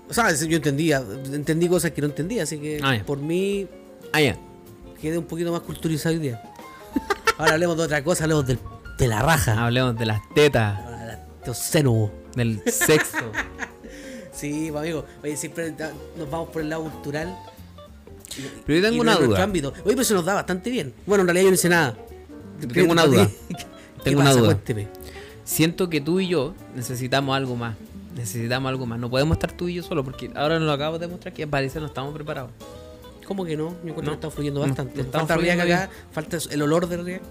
S2: O sea, yo entendía, entendí cosas que no entendía, así que
S1: Ah, ya.
S2: por mí
S1: Ah, ya.
S2: quedé un poquito más culturizado hoy día. Ahora hablemos de otra cosa, hablemos del- de la raja.
S1: Hablemos de las tetas.
S2: Ahora, la- Te obsceno.
S1: Del sexto.
S2: Sí, pues, amigo. Oye, siempre da- nos vamos por el lado cultural. y-
S1: Pero yo tengo
S2: y no
S1: una
S2: en nuestro
S1: duda.
S2: ámbito. Oye, pero se nos da bastante bien. Bueno, en realidad yo no hice nada.
S1: tengo una duda.
S2: ¿Qué
S1: Tengo una
S2: pasa?
S1: duda.
S2: Cuénteme.
S1: Siento que tú y yo necesitamos algo más. Necesitamos algo más. No podemos estar tú y yo solo porque ahora nos lo acabo de demostrar que parece no estamos preparados.
S2: ¿Cómo que no? Yo encuentro
S1: No.
S2: que está fluyendo
S1: No,
S2: bastante.
S1: no estamos
S2: falta riaga
S1: fluyendo
S2: acá, falta el olor del riaga.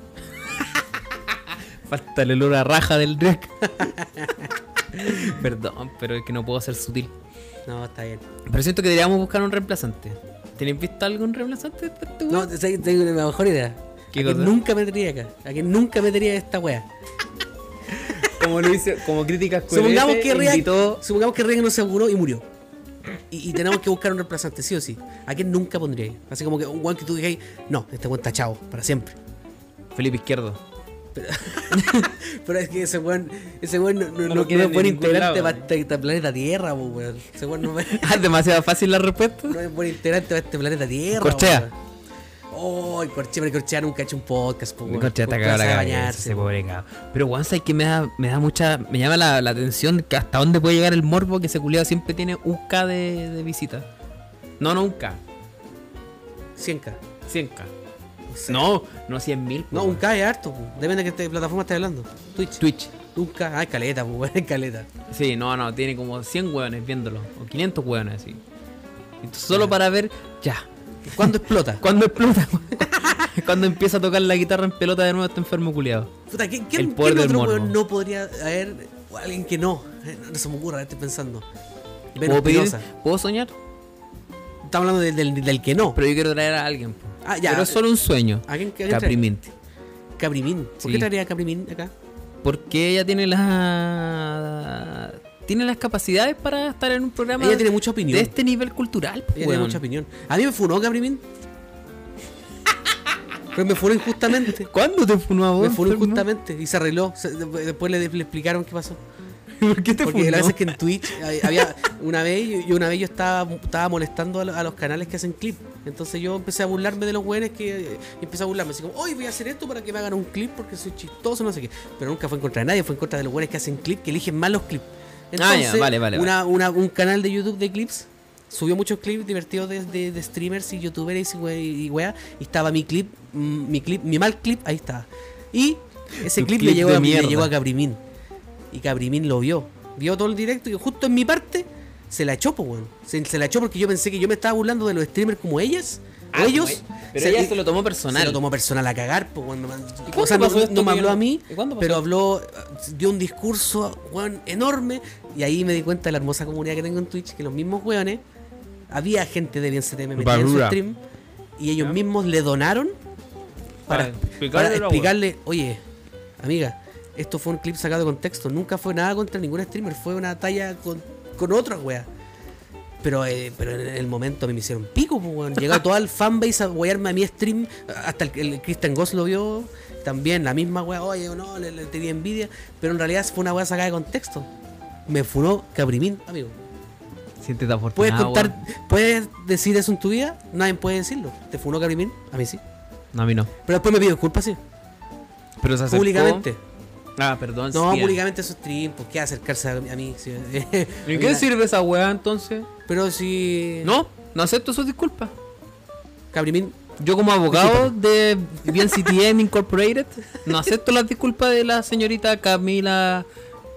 S1: Falta el olor a raja del rec. Perdón, pero es que no puedo ser sutil.
S2: No, está bien.
S1: Pero siento que deberíamos buscar un reemplazante. ¿Tenéis visto algún reemplazante? de este
S2: No,
S1: weón?
S2: te- te- tengo una mejor idea.
S1: ¿Qué
S2: a que
S1: cosa?
S2: nunca metería acá. A que nunca metería esta wea.
S1: Como lo hice, como críticas
S2: Supongamos que, Riak,
S1: invitó-
S2: supongamos que Riak no se curó y murió. Y, y tenemos que buscar un reemplazante, sí o sí. ¿A quién nunca pondría ahí? Así como que un guan que tú dijeras, no, este guan está chao, para siempre.
S1: Felipe Izquierdo.
S2: Pero es que ese guan, ese guan no, no,
S1: lo
S2: no- no
S1: quieren
S2: es
S1: en
S2: buen
S1: ningún
S2: integrante
S1: lado.
S2: para este, este planeta Tierra, po, weón. Ese guan no, es-
S1: Ah, demasiado fácil la respuesta.
S2: no es buen integrante para este planeta Tierra.
S1: Corchea.
S2: weón. Oh, el Corchea, pero el Corchea nunca ha hecho un podcast, po, weón.
S1: Concha, está
S2: Porque
S1: cagado la
S2: se va a
S1: cabeza,
S2: bañarse,
S1: ese
S2: po.
S1: pobre cabrón. Pero Juan, ¿sabes que me da, me da mucha. Me llama la, la atención que hasta dónde puede llegar el morbo que ese culiado siempre tiene un K de, de visita. No, no un K.
S2: 100K.
S1: 100K. No, no 100.000.
S2: No, un K es harto, po. depende de qué te- plataforma estés hablando. Twitch.
S1: Twitch.
S2: Un K, ah, es caleta, po, weón, es caleta.
S1: Sí, no, no, tiene como 100 hueones viéndolo. O 500 hueones, así. Entonces, Solo para ver, ya.
S2: ¿Cuándo explota?
S1: Cuando explota, cuando empieza a tocar la guitarra en pelota de nuevo, este enfermo culiado.
S2: Puta, ¿qué, qué,
S1: El poder
S2: qué
S1: del
S2: otro
S1: morbo.
S2: weón no podría haber? O alguien que no. Eh, No se me ocurra, estoy pensando. Menos
S1: ¿Puedo pedir?
S2: pirosa.
S1: ¿Puedo soñar?
S2: Estamos hablando del, del, del que no.
S1: Pero yo quiero traer a alguien. po.
S2: Ah, ya.
S1: Pero es solo un sueño.
S2: ¿A quién- a quién trae?
S1: Caprimente.
S2: Caprimín. ¿Por
S1: Sí.
S2: qué traería a Caprimín acá?
S1: Porque ella tiene la tiene las capacidades para estar en un programa
S2: Ella tiene mucha opinión.
S1: de este nivel cultural.
S2: Ella tiene
S1: weón.
S2: mucha opinión. A mí me funó Caprimín. Pero me funó injustamente.
S1: ¿Cuándo te funó a
S2: Me
S1: vos?
S2: funó
S1: enfermo?
S2: injustamente y se arregló. Se- de- después le, le explicaron qué pasó.
S1: ¿Por qué te
S2: Porque
S1: funó?
S2: la vez es que en Twitch hay- había una vez yo, yo una vez yo estaba, estaba molestando a, lo- a los canales que hacen clip. Entonces yo empecé a burlarme de los güeyes que y empecé a burlarme así como, "Hoy voy a hacer esto para que me hagan un clip porque soy chistoso, no sé qué." Pero nunca fue en contra de nadie, fue en contra de los güeyes que hacen clip, que eligen mal los clips.
S1: Ah, ya,
S2: Entonces,
S1: vale, vale,
S2: una, una- un canal de YouTube de clips subió muchos clips divertidos de, de- de streamers y youtubers y, we- y wea, y estaba mi clip, mm, mi clip, mi mal clip, ahí estaba. Y ese
S1: Tu
S2: clip,
S1: clip
S2: le llegó
S1: de
S2: a, le
S1: mierda.
S2: llegó a Cabrimín. Y Cabrimín lo vio. Vio todo el directo y justo en mi parte se la echó, po, weón. Se, se la echó porque yo pensé que yo me estaba burlando de los streamers como ellas.
S1: Ah,
S2: o ellos.
S1: Pero
S2: Se-
S1: ella
S2: y-
S1: se lo tomó
S2: se
S1: personal.
S2: lo tomó personal a cagar, pues, weón. me-
S1: cuándo
S2: O sea, no,
S1: pasó
S2: no
S1: esto
S2: me
S1: que
S2: habló
S1: no-
S2: a mí,
S1: ¿Y cuándo pasó
S2: pero
S1: esto?
S2: habló, dio un discurso, weón, enorme. Y ahí me di cuenta de la hermosa comunidad que tengo en Twitch, que los mismos weones, había gente de BNCTM metida en su
S1: Barura.
S2: stream, y ellos mismos le donaron para,
S1: Para explicarle
S2: para
S1: la weá.
S2: explicarle, oye, amiga, esto fue un clip sacado de contexto, nunca fue nada contra ningún streamer, fue una talla con, con otra wea. Pero, eh, pero en el momento a mí me hicieron pico, pues, weón. Llegó todo el fanbase a guayarme a mi stream. Hasta el, el Christian Goss lo vio. También la misma weá. Oye, no, le, le tenía envidia. Pero en realidad fue una weá sacada de contexto. Me funó Caprimín, amigo.
S1: Siéntete afortunado.
S2: ¿Puedes contar,
S1: Ah, weón.
S2: puedes decir eso en tu vida? Nadie puede decirlo. ¿Te funó Caprimín? A mí sí.
S1: No, a mí no.
S2: Pero después me pidió disculpas, sí.
S1: Pero se acercó.
S2: Públicamente.
S1: Ah, perdón.
S2: No,
S1: sí,
S2: públicamente eso es stream. ¿Por qué acercarse a, a mí? Sí.
S1: ¿Y qué sirve esa weá entonces?
S2: Pero si.
S1: No, no acepto sus disculpas.
S2: Caprimín.
S1: Yo como abogado de BNCTM Incorporated no acepto las disculpas de la señorita Camila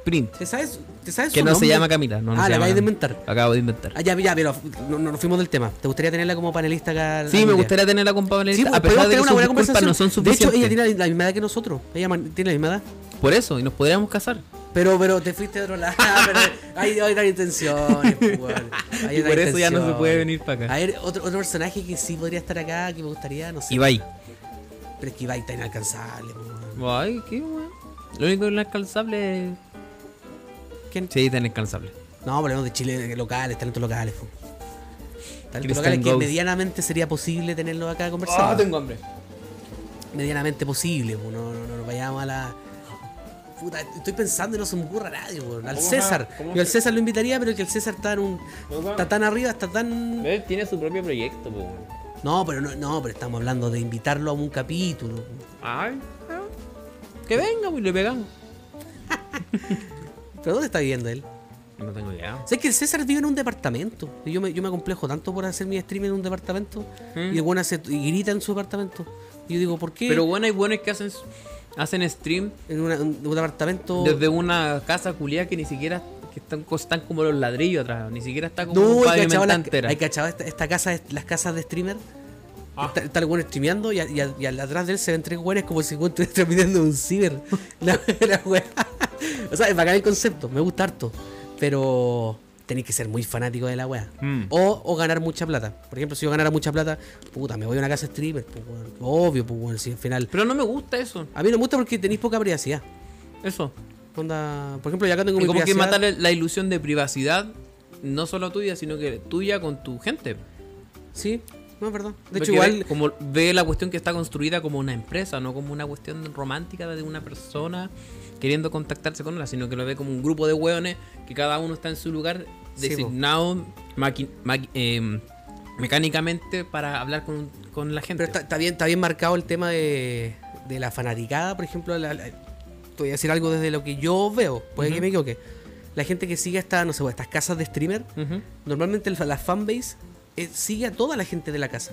S1: Print.
S2: ¿Te sabes, te sabes
S1: Que
S2: su
S1: no se
S2: nombre?
S1: llama Camila, no, no
S2: Ah,
S1: se
S2: la
S1: llama
S2: acabas de
S1: Camila.
S2: inventar.
S1: Lo acabo de inventar.
S2: Ah, ya, ya, pero no, no nos fuimos del tema. ¿Te gustaría tenerla como panelista acá?
S1: Sí, me gustaría tenerla con Pamela.
S2: Ah, Sí, pues,
S1: a
S2: podemos
S1: pesar de que
S2: tener una
S1: sus
S2: buena
S1: disculpas
S2: conversación.
S1: no son
S2: de hecho,
S1: suficientes.
S2: ella tiene la, la misma edad que nosotros. Ella man- tiene la misma edad.
S1: Por eso, y nos podríamos casar.
S2: Pero, pero te fuiste de otro lado. pero hay, hay otras intenciones, pues, weón. Hay
S1: Y
S2: otras
S1: por eso ya no se
S2: intenciones.
S1: puede venir pa' acá.
S2: A ver, otro, otro personaje que sí podría estar acá, que me gustaría, no sé.
S1: Ibai.
S2: Pero es que Ibai está inalcanzable, pues, weón.
S1: Ay, qué weón. Lo único inalcanzable es.
S2: ¿Quién?
S1: Sí, está inalcanzable.
S2: No, hablemos de Chile de locales, talentos locales, pues. Talentos
S1: Christian
S2: locales que
S1: Ghost.
S2: medianamente sería posible tenerlo acá conversando.
S1: Ah, hambre.
S2: medianamente posible, po, no, no, no nos vayamos a la. Puta, estoy pensando y no se me ocurre a nadie, po, Al César. Yo al César lo invitaría, pero que el César está en un. Está tan arriba, está tan.
S1: Él tiene su propio proyecto, pues.
S2: No, pero no, no, pero estamos hablando de invitarlo a un capítulo.
S1: Ay, ah. que venga, pues, le pegamos.
S2: ¿Pero dónde está viviendo él?
S1: No tengo idea.
S2: ¿Sabes que el César vive en un departamento? Y Yo me, yo me complejo tanto por hacer mi stream en un departamento. Y el weón hace- y grita en su departamento. Y yo digo, ¿por qué?
S1: Pero bueno, hay buenos que hacen, hacen stream
S2: en una- un, un departamento.
S1: desde una casa culiada que ni siquiera que están, co- están como los ladrillos atrás, ni siquiera está como
S2: No, hay cachado,
S1: pavimentada
S2: las-
S1: entera.
S2: hay cachado esta, esta casa, es- las casas de streamer. Está, está el weón streameando y, a- y a- y al- atrás de él se ven tres weones como si fueran transmitiendo un ciber. La, la wea. O sea, es bacán el concepto, me gusta harto. Pero tenéis que ser muy fanático de la wea.
S1: Mm.
S2: O, o ganar mucha plata. Por ejemplo, si yo ganara mucha plata, puta, me voy a una casa streamer. pues, weón. Obvio, pues, weón, si al final.
S1: Pero no me gusta eso.
S2: A mí no me gusta porque tenéis poca privacidad.
S1: Eso.
S2: Onda, por ejemplo, ya acá tengo
S1: Y
S2: mi
S1: como que
S2: privacidad.
S1: matar la ilusión de privacidad, no solo tuya, sino que tuya con tu gente.
S2: Sí, no es verdad. De
S1: Porque
S2: hecho,
S1: ve-
S2: igual.
S1: como ve la cuestión que está construida como una empresa, no como una cuestión romántica de una persona queriendo contactarse con ella, sino que lo ve como un grupo de hueones que cada uno está en su lugar
S2: Sí, po.
S1: designado maqui- maqui- em, mecánicamente para hablar con, con la gente.
S2: Pero está, está bien, está bien marcado el tema de, de la fanaticada, por ejemplo. la- la- te voy a decir algo desde lo que yo veo, puede que me equivoque. La gente que sigue esta, no sé, estas casas de streamer,
S1: Ujú.
S2: normalmente el- la fanbase eh, sigue a toda la gente de la casa.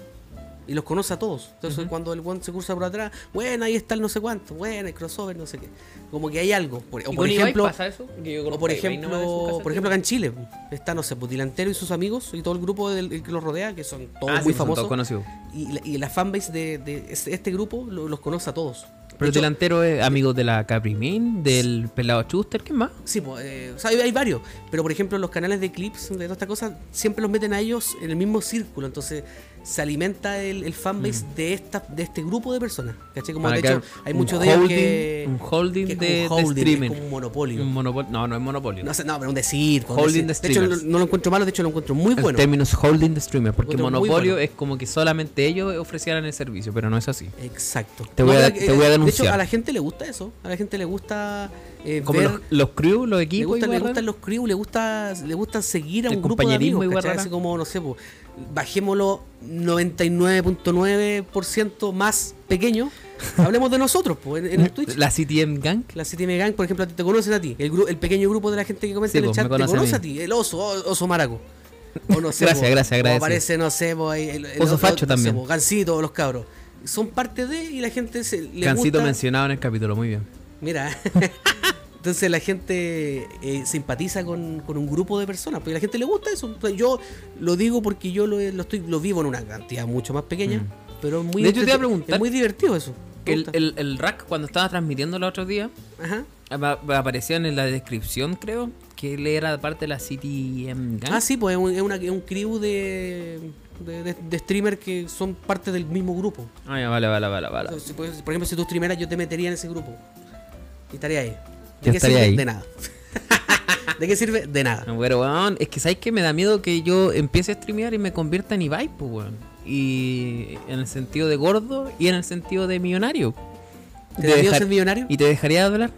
S2: Y los conoce a todos. Entonces, cuando el one se cruza por atrás, bueno, ahí está el no sé cuánto, bueno, el crossover, no sé qué. Como que hay algo. Por- o
S1: ¿Y
S2: por
S1: con Ibai
S2: ejemplo,
S1: pasa eso? Porque yo
S2: o
S1: conozco
S2: por
S1: a Ibai
S2: ejemplo,
S1: nomás de su casa,
S2: por
S1: tío.
S2: ejemplo acá en Chile, está, no sé, pues, Dilantero y sus amigos y todo el grupo del, el que los rodea, que son todos
S1: Ah, sí,
S2: muy
S1: pues son
S2: famosos.
S1: todos conocidos.
S2: Y la, y la fanbase de, de este este grupo lo- los conoce a todos.
S1: Pero
S2: De
S1: el
S2: hecho,
S1: delantero es amigo de la Caprimín, del pelado Schuster, ¿qué más?
S2: Sí, po, eh, o sea, hay, hay varios. Pero por ejemplo, los canales de clips, de toda esta cosa, siempre los meten a ellos en el mismo círculo. Entonces se alimenta el, el fanbase de esta de este grupo de personas. ¿Cachai? Como
S1: Mm. Para
S2: de
S1: que
S2: hecho, hay
S1: un
S2: muchos de ellos
S1: holding-
S2: que.
S1: un holding
S2: que es
S1: de-
S2: como un
S1: de
S2: holding, es
S1: streaming.
S2: como un monopolio.
S1: Un monopolio. No, no es monopolio.
S2: no, sé, no, pero un decir. con
S1: Holding
S2: decir.
S1: de
S2: de hecho, no,
S1: streamers.
S2: no lo encuentro malo, de hecho, lo encuentro muy
S1: El
S2: bueno.
S1: término es holding the streamer, porque
S2: Encuentro muy
S1: monopolio
S2: bueno.
S1: es como que solamente ellos ofrecieran el servicio, pero no es así.
S2: Exacto.
S1: Te voy a-
S2: pero,
S1: te voy a
S2: De hecho,
S1: denunciar.
S2: a la gente le gusta eso. A la gente le gusta. eh,
S1: Como
S2: ver-
S1: los, los crew, los
S2: le,
S1: equipos.
S2: gusta,
S1: y
S2: le
S1: weas
S2: gustan
S1: raras.
S2: los crew, le gusta, le gusta seguir a
S1: El
S2: un grupo de
S1: compañerismo
S2: amigos,
S1: y
S2: ¿cachai?
S1: guarrara.
S2: Así como, no sé, po, bajémoslo 99.9% más pequeño. Hablemos de nosotros, pues, en, en el Twitch. La,
S1: La CTM Gang.
S2: CTM Gang, por ejemplo, a ti te conocen a ti. El, gru- el pequeño grupo de la gente que comenta
S1: Sí,
S2: en el
S1: po,
S2: chat
S1: me
S2: te
S1: conoce a
S2: conoce
S1: mí.
S2: a ti. El oso, o- oso maraco. O no sé,
S1: Gracias,
S2: po,
S1: gracias,
S2: o
S1: agradecido.
S2: aparece, no sé, po, ahí el, el
S1: Oso
S2: otro-
S1: facho
S2: no sé,
S1: también.
S2: po, Gancito, los cabros. Son parte de y la gente se, le
S1: Cancito
S2: gusta.
S1: mencionado en el capítulo, muy bien.
S2: Mira. Entonces la gente eh, simpatiza con, con un grupo de personas, porque a la gente le gusta eso. O sea, yo lo digo porque yo lo, lo estoy lo vivo en una cantidad mucho más pequeña, pero es muy
S1: Mm. De hecho, te iba a
S2: entrete-
S1: preguntar-
S2: es muy divertido eso. Me
S1: El,
S2: gusta.
S1: el, el rack, cuando estaba transmitiendo el otro día,
S2: Ajá.
S1: ap- aparecía en la descripción, creo, que él era parte de la CTM Gang.
S2: Ah, sí, pues es un, es una- es un crew de, de, de- de streamer que son parte del mismo grupo.
S1: Ah, ya, vale, vale, vale, vale.
S2: O sea, si- por por ejemplo, si tú streameras, yo te metería en ese grupo. Y estaría ahí.
S1: Yo estaría
S2: sirve?
S1: ahí.
S2: De nada. ¿De qué sirve? De nada.
S1: No, Pero, weón, es que sabes que me da miedo que yo empiece a streamear y me convierta en Ibai, pues, weón. Y en el sentido de gordo y en el sentido de millonario.
S2: ¿Te
S1: De
S2: da miedo
S1: dejar-
S2: ser millonario?
S1: ¿Y te dejaría de hablar?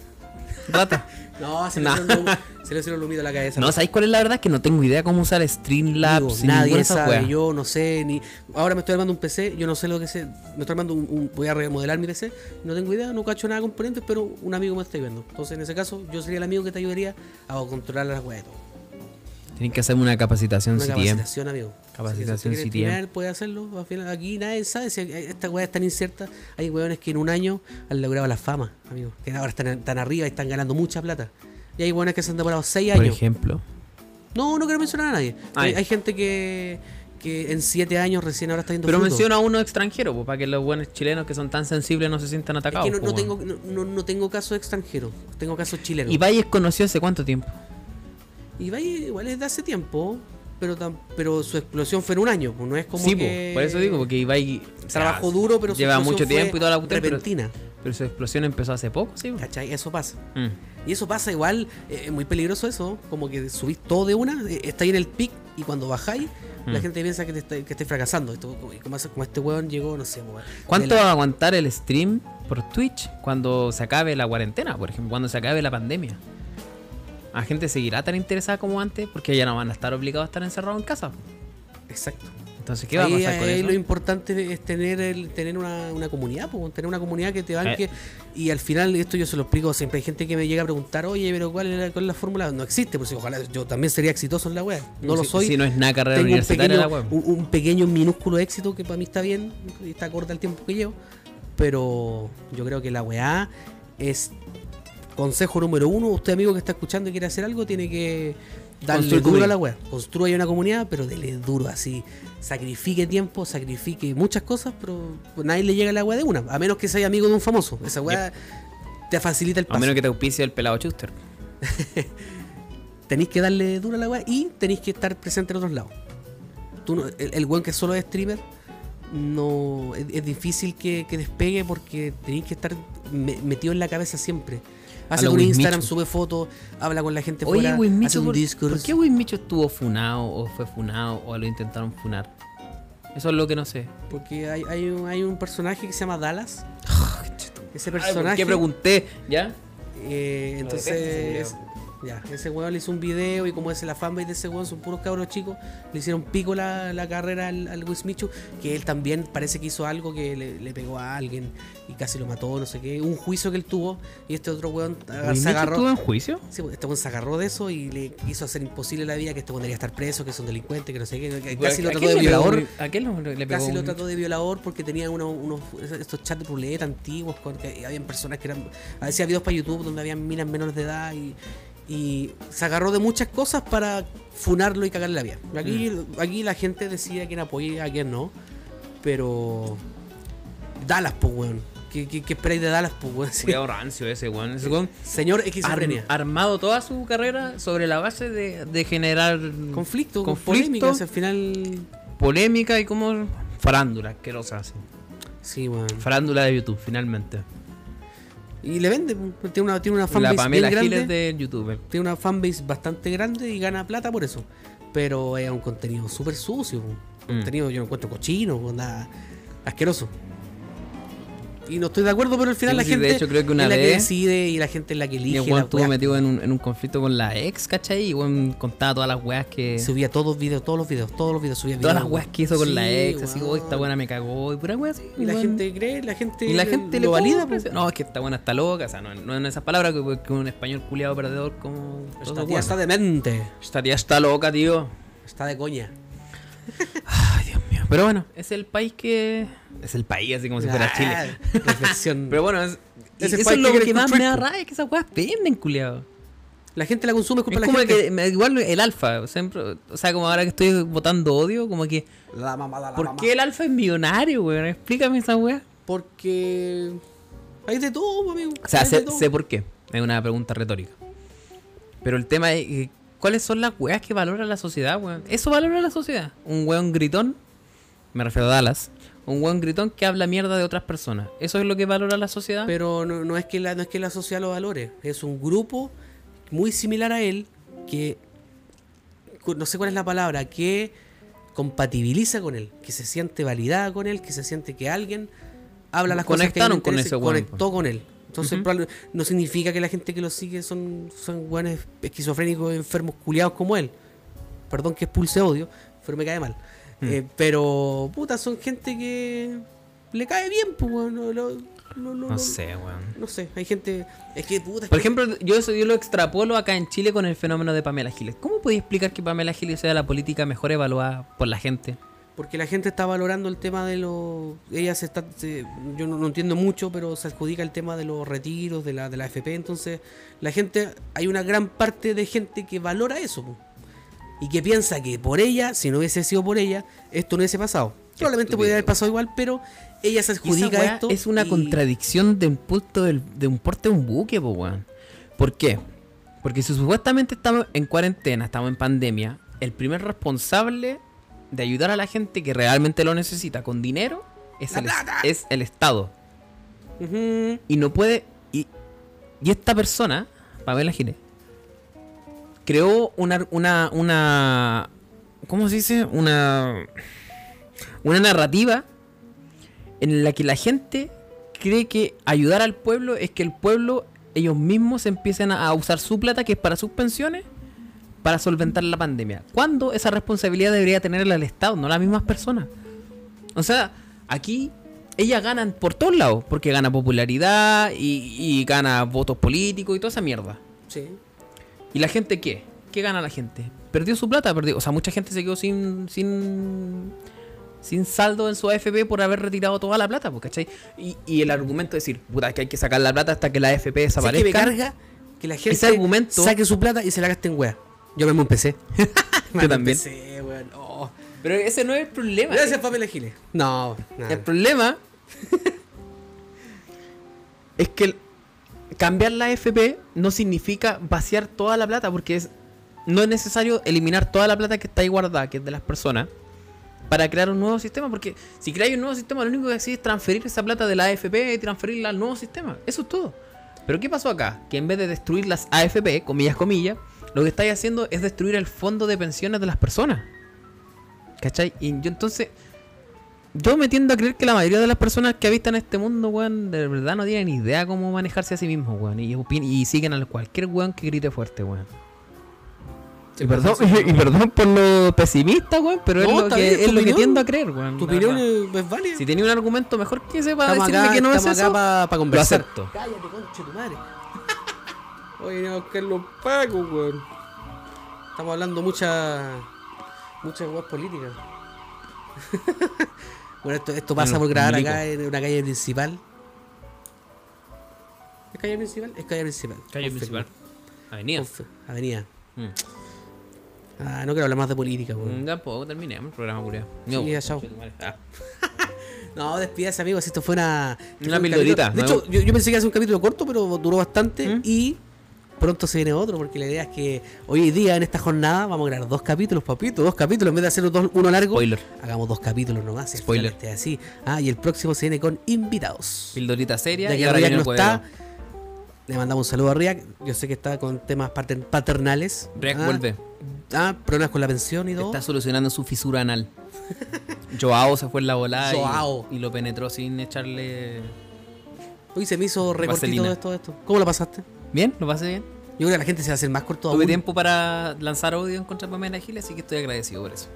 S1: Rata.
S2: No, se
S1: No.
S2: le hicieron lo- se le hicieron lumito a la cabeza.
S1: no, ¿sabéis cuál es la verdad? Que no tengo idea cómo usar
S2: Amigo,
S1: Streamlabs. ni ninguna de
S2: nadie
S1: esas
S2: sabe,
S1: weas.
S2: yo no sé ni. Ahora me estoy armando un PC, yo no sé lo que sé. Me estoy armando un, un- voy a remodelar mi PC, no tengo idea, no cacho nada de componentes, pero un amigo me está ayudando. Entonces, en ese caso, yo sería el amigo que te ayudaría a controlar las weas de todo.
S1: Tienen que hacerme una capacitación
S2: Una
S1: CTM.
S2: capacitación, amigo.
S1: Capacitación
S2: Así que si usted quiere
S1: CTM.
S2: streamear, puede hacerlo. Al final, aquí nadie sabe si esta weá es tan incierta. Hay weones que en un año han logrado la fama, amigo. Que ahora están tan arriba y están ganando mucha plata. Y hay weones que se han demorado 6
S1: Por
S2: años.
S1: ejemplo.
S2: No, no quiero mencionar a nadie.
S1: Ah,
S2: Hay,
S1: ya.
S2: hay gente que, que en siete años recién ahora está viendo
S1: Pero
S2: frutos.
S1: menciona a uno extranjero, pues, para que los buenos chilenos que son tan sensibles no se sientan
S2: Es
S1: atacados.
S2: que no,
S1: pues,
S2: no
S1: weón.
S2: tengo, no, no- no tengo caso extranjero, tengo caso chileno.
S1: Ibai es conocido hace cuánto tiempo.
S2: Ibai igual es de hace tiempo, pero, tam- pero su explosión fue en un año. pues, No es como
S1: sí,
S2: que...
S1: po, por eso digo, porque Ibai
S2: Trabajó
S1: o sea,
S2: duro, pero su
S1: lleva
S2: explosión
S1: mucho
S2: fue
S1: tiempo y toda la cuestión, pero-
S2: repentina.
S1: Pero, su explosión empezó hace poco, sí. po.
S2: ¿Cachai? Eso pasa.
S1: Mm.
S2: Y eso pasa igual, eh, es muy peligroso eso, como que subís todo de una, eh, estáis en el pic y cuando bajáis, la
S1: Mm.
S2: gente piensa que, te está- que estáis fracasando. Esto, como, como ese- como este weón llegó, no sé, weón,
S1: ¿Cuánto
S2: de la-
S1: va a aguantar el stream por Twitch cuando se acabe la cuarentena, por ejemplo, cuando se acabe la pandemia? ¿La gente seguirá tan interesada como antes? Porque ya no van a estar obligados a estar encerrados en casa.
S2: Exacto.
S1: Entonces, ¿qué va a
S2: Ahí-
S1: pasar con
S2: ahí
S1: eso?
S2: Lo importante es tener el, tener una, una comunidad, pues, tener una comunidad
S1: Eh.
S2: que te banque. Y al final, esto yo se lo explico siempre. Hay gente que me llega a preguntar, oye, pero ¿cuál es la, cuál es la fórmula? No existe, por si ojalá yo también sería exitoso en la web. No lo
S1: Si-
S2: soy.
S1: Si no es nada carrera
S2: Tengo un
S1: universitaria
S2: pequeño,
S1: la web.
S2: un- un pequeño minúsculo éxito que para mí está bien, y está corta el tiempo que llevo, pero yo creo que la weá es consejo número uno. Usted, amigo que está escuchando y quiere hacer algo, tiene que darle
S1: Construir
S2: duro a
S1: comunidad.
S2: la weá. Construya una comunidad, pero dele duro así. Sacrifique tiempo, sacrifique muchas cosas, pero nadie le llega a la weá de una, a menos que sea amigo de un famoso. Esa weá te facilita el
S1: A
S2: paso.
S1: menos que te auspicie el pelado Chuster.
S2: tenéis que darle duro a la weá y tenéis que estar presente en otros lados. Tú no- el, el weón que solo es streamer, no es, es difícil que, que despegue porque tenéis que estar me- metido en la cabeza siempre. Hace
S1: lo
S2: un
S1: Wismichu.
S2: Instagram, sube fotos, habla con la gente
S1: Oye,
S2: fuera, hace
S1: Wismicho,
S2: un
S1: ¿por,
S2: Discord.
S1: ¿por qué Wismicho estuvo funado o fue funado o lo intentaron funar? Eso es lo que no sé.
S2: Porque hay, hay un, hay un personaje que se llama Dallas. Ese
S1: Ah, Ay, ¿por
S2: personaje.
S1: ¿Qué pregunté? ¿Ya?
S2: Eh, entonces, ya, ese weón le hizo un video y como es la fanbase de ese weón, son puros cabros chicos, le hicieron pico la, la carrera al, al Wismichu, que él también parece que hizo algo que le, le pegó a alguien y casi lo mató, no sé qué, un juicio que él tuvo y este otro weón ah, se
S1: ¿Wismichu estuvo
S2: agarró.
S1: en juicio?
S2: Sí, pues, este weón se agarró de eso y le hizo hacer imposible la vida, que este weón debería estar preso, que son delincuentes, que no sé qué, que- que casi lo
S1: Pues, ¿A quién
S2: trató de
S1: le pegó
S2: violador.
S1: Wi- ¿A quién lo- le pegó
S2: Casi lo
S1: Wismichu?
S2: trató de violador porque tenía uno- unos estos chats de ruleta antiguos, con que habían personas que eran. A veces había videos para YouTube donde habían minas menores de edad y, y se agarró de muchas cosas para funarlo y cagarle la vida. Aquí, aquí la gente decía a quién apoya y a quién no, pero. Dallas, pues, weón. ¿Qué, qué, qué esperáis de Dallas, pues, weón? Sí.
S1: Cuidado rancio ese weón. Ese weón
S2: Señor
S1: ha
S2: esquizofrenia.
S1: armado toda su carrera sobre la base de, de generar
S2: conflicto, con
S1: conflicto,
S2: polémicas al final.
S1: polémica y como farándula asquerosa. así.
S2: Sí, weón.
S1: Farándula de YouTube, finalmente.
S2: Y le vende, pues. tiene una, tiene una
S1: la
S2: fanbase
S1: Pamela
S2: bien
S1: Giles
S2: grande.
S1: de YouTube.
S2: tiene una fanbase bastante grande y gana plata por eso. Pero es un contenido súper sucio. un
S1: Mm.
S2: Contenido yo lo encuentro cochino, nada asqueroso. Y no estoy de acuerdo, pero al final
S1: Sí,
S2: la
S1: sí, de
S2: gente
S1: hecho, creo que una
S2: es la que
S1: vez-
S2: decide y la gente es la que
S1: Y
S2: elige.
S1: el weón
S2: la
S1: estuvo
S2: weá.
S1: metido en un, en un conflicto con la ex, ¿cachai? Y weón contaba todas las weas que.
S2: Subía todos los videos, todos los videos, todos los videos, subía
S1: todas
S2: videos,
S1: las weas
S2: weón.
S1: que hizo con la
S2: Sí,
S1: ex, así,
S2: weón.
S1: oh, esta buena me cagó, y pura wea así.
S2: Y la
S1: weón.
S2: gente cree, la gente,
S1: Y la gente
S2: lo
S1: le
S2: valida.
S1: valida,
S2: pues.
S1: No, es que esta buena está loca, o sea, no, no en esas palabras, que, que un español culiado perdedor como.
S2: Esta
S1: todo
S2: tía
S1: bueno.
S2: está demente,
S1: Esta tía está loca, tío.
S2: está de coña.
S1: Ay, Dios mío. Pero bueno, es el país que. Es el país, así como si fuera
S2: Ah,
S1: Chile.
S2: reflexión.
S1: Pero bueno, es,
S2: Ese
S1: eso es
S2: país
S1: lo
S2: que
S1: que,
S2: quiere
S1: más me da
S2: construir,
S1: rabia, es que esas weas venden, culiado.
S2: la gente la consume, es culpa
S1: Es
S2: de
S1: como
S2: la gente.
S1: que, me- igual el alfa, siempre, o sea, como ahora que estoy votando odio, como que,
S2: La mamada, la
S1: ¿por
S2: mamá.
S1: qué el alfa es millonario, weón? Explícame esa weá.
S2: Porque hay de todo, pues, amigo.
S1: O sea,
S2: Hay de
S1: sé,
S2: todo.
S1: sé por qué, es una pregunta retórica. Pero el tema es, eh, ¿cuáles son las weas que valora la sociedad, weón? Eso valora la sociedad. Un weón gritón, me refiero a Dallas, un weón gritón que habla mierda de otras personas. ¿Eso es lo que valora la sociedad?
S2: Pero no, no es que la, no es que la sociedad lo valore. Es un grupo muy similar a él que cu- no sé cuál es la palabra, que compatibiliza con él, que se siente validada con él, que se siente que alguien habla las
S1: Conectaron
S2: cosas que a él
S1: con
S2: le
S1: ese
S2: interesa,
S1: weón,
S2: conectó con él. Entonces, probable- no significa que la gente que lo sigue son, son weones esquizofrénicos, enfermos, culiados como él. Perdón que expulse odio, pero me cae mal.
S1: Mm.
S2: Eh, pero, puta, son gente que le cae bien, pues, weón, lo- lo- lo- lo-
S1: no sé, weón.
S2: no sé, hay gente. Es que puta. es
S1: Por
S2: que-
S1: ejemplo, yo, eso yo lo extrapolo acá en Chile con el fenómeno de Pamela Giles. ¿Cómo podéis explicar que Pamela Giles sea la política mejor evaluada por la gente?
S2: Porque la gente está valorando el tema de los. Ella se está. se- yo no, no entiendo mucho, pero se adjudica el tema de los retiros, de la, de la FP. Entonces, la gente. Hay una gran parte de gente que valora eso. po. Y que piensa que por ella, si no hubiese sido por ella, esto no hubiese pasado. Probablemente podría haber pasado igual, pero ella
S1: Y esa
S2: se adjudica
S1: weá
S2: esto.
S1: es una
S2: y-
S1: contradicción de un, punto del- de un porte de un buque, po, weón. ¿Por qué? Porque si supuestamente estamos en cuarentena, estamos en pandemia, el primer responsable de ayudar a la gente que realmente lo necesita con dinero es, el, es el Estado.
S2: Ujú.
S1: Y no puede. Y, y esta persona, Pamela Giles, creó una, una, una. ¿Cómo se dice? Una. Una narrativa en la que la gente cree que ayudar al pueblo es que el pueblo, ellos mismos empiecen a, a usar su plata, que es para sus pensiones, para solventar la pandemia. ¿Cuándo esa responsabilidad debería tenerla el Estado, no las mismas personas? O sea, aquí ellas ganan por todos lados, porque gana popularidad y, y gana votos políticos y toda esa mierda.
S2: Sí.
S1: ¿Y la gente qué? ¿Qué gana la gente? Perdió su plata, perdió. O sea, mucha gente se quedó sin. sin. sin saldo en su AFP por haber retirado toda la plata, pues, ¿cachai? Y, y el argumento de decir, puta, es que hay que sacar la plata hasta que la AFP
S2: ¿Sabes que me
S1: desaparezca.
S2: carga que la gente
S1: Ese argumento-
S2: saque su plata y se la gaste en wea. Yo me empecé.
S1: Yo también.
S2: PC, weón. Oh.
S1: Pero ese no es el problema.
S2: Gracias, Pamela Giles. No,
S1: El
S2: nada.
S1: problema es que el- cambiar la FP no significa vaciar toda la plata, porque es, no es necesario eliminar toda la plata que está ahí guardada, que es de las personas, para crear un nuevo sistema, porque si creáis un nuevo sistema, lo único que hacéis es transferir esa plata de la AFP y transferirla al nuevo sistema. Eso es todo. Pero ¿qué pasó acá? Que en vez de destruir las AFP, comillas, comillas, lo que estáis haciendo es destruir el fondo de pensiones de las personas. ¿Cachai? Y yo entonces... Yo me tiendo a creer que la mayoría de las personas que habitan este mundo, weón, de verdad no tienen ni idea cómo manejarse a sí mismos, weón. Y, opin- y siguen a cualquier weón que grite fuerte, weón. Y perdón, y perdón por lo pesimista, weón, pero
S2: No,
S1: es lo,
S2: está
S1: que,
S2: bien,
S1: es
S2: tu
S1: lo que
S2: opinión.
S1: tiendo a creer, weón.
S2: Tu
S1: la
S2: opinión
S1: verdad.
S2: es, es válida.
S1: Si tenía un argumento mejor que ese para
S2: Estamos
S1: decirme
S2: acá-
S1: que no es
S2: estamos
S1: eso,
S2: acá para
S1: lo
S2: conversar.
S1: acepto.
S2: Cállate, conche tu madre. Oye, no, Carlos Paco, weón. Estamos hablando mucha. muchas weas políticas. bueno, esto, esto pasa
S1: Bueno,
S2: por grabar
S1: milico.
S2: acá en una calle principal. ¿Es calle principal? Es calle principal. Confirmo.
S1: Avenida.
S2: Confirmo. Avenida.
S1: Mm.
S2: Ah, no quiero hablar más de política, weón.
S1: Mm, Tampoco terminemos el programa, culiao.
S2: Sí, ya, chao.
S1: Ah.
S2: No, despídase, amigos. Esto fue una. esto
S1: Una
S2: fue un
S1: pildorita. ¿Mm?
S2: capítulo- De hecho, yo, yo pensé que iba a ser un capítulo corto, pero duró bastante. Y pronto se viene otro, porque la idea es que hoy día, en esta jornada, vamos a grabar dos capítulos, papito. Dos capítulos. En vez de hacer dos- uno largo,
S1: Spoiler.
S2: hagamos dos capítulos nomás. si al
S1: Spoiler.
S2: final esté así. Ah, y el próximo se viene con invitados.
S1: Pildorita seria.
S2: Ya
S1: y
S2: que
S1: ahora
S2: Riak
S1: viene el
S2: no está,
S1: cuadrado.
S2: le mandamos un saludo a Riak. Yo sé que está con temas pater- paternales.
S1: Riak
S2: Ah,
S1: vuelve.
S2: Ah, problemas con la pensión y todo.
S1: Está solucionando su fisura anal. Joao se fue en la volada y-
S2: Joao.
S1: Y, lo penetró sin echarle.
S2: Hoy se me hizo recortito
S1: Vaselina.
S2: de todo esto. ¿Cómo la pasaste?
S1: ¿Bien? ¿Lo pasé bien?
S2: Yo creo que la gente se va a hacer más corto
S1: Tuve
S2: aún.
S1: tiempo para lanzar audio en contra de Pamela Gil, así que estoy agradecido por eso.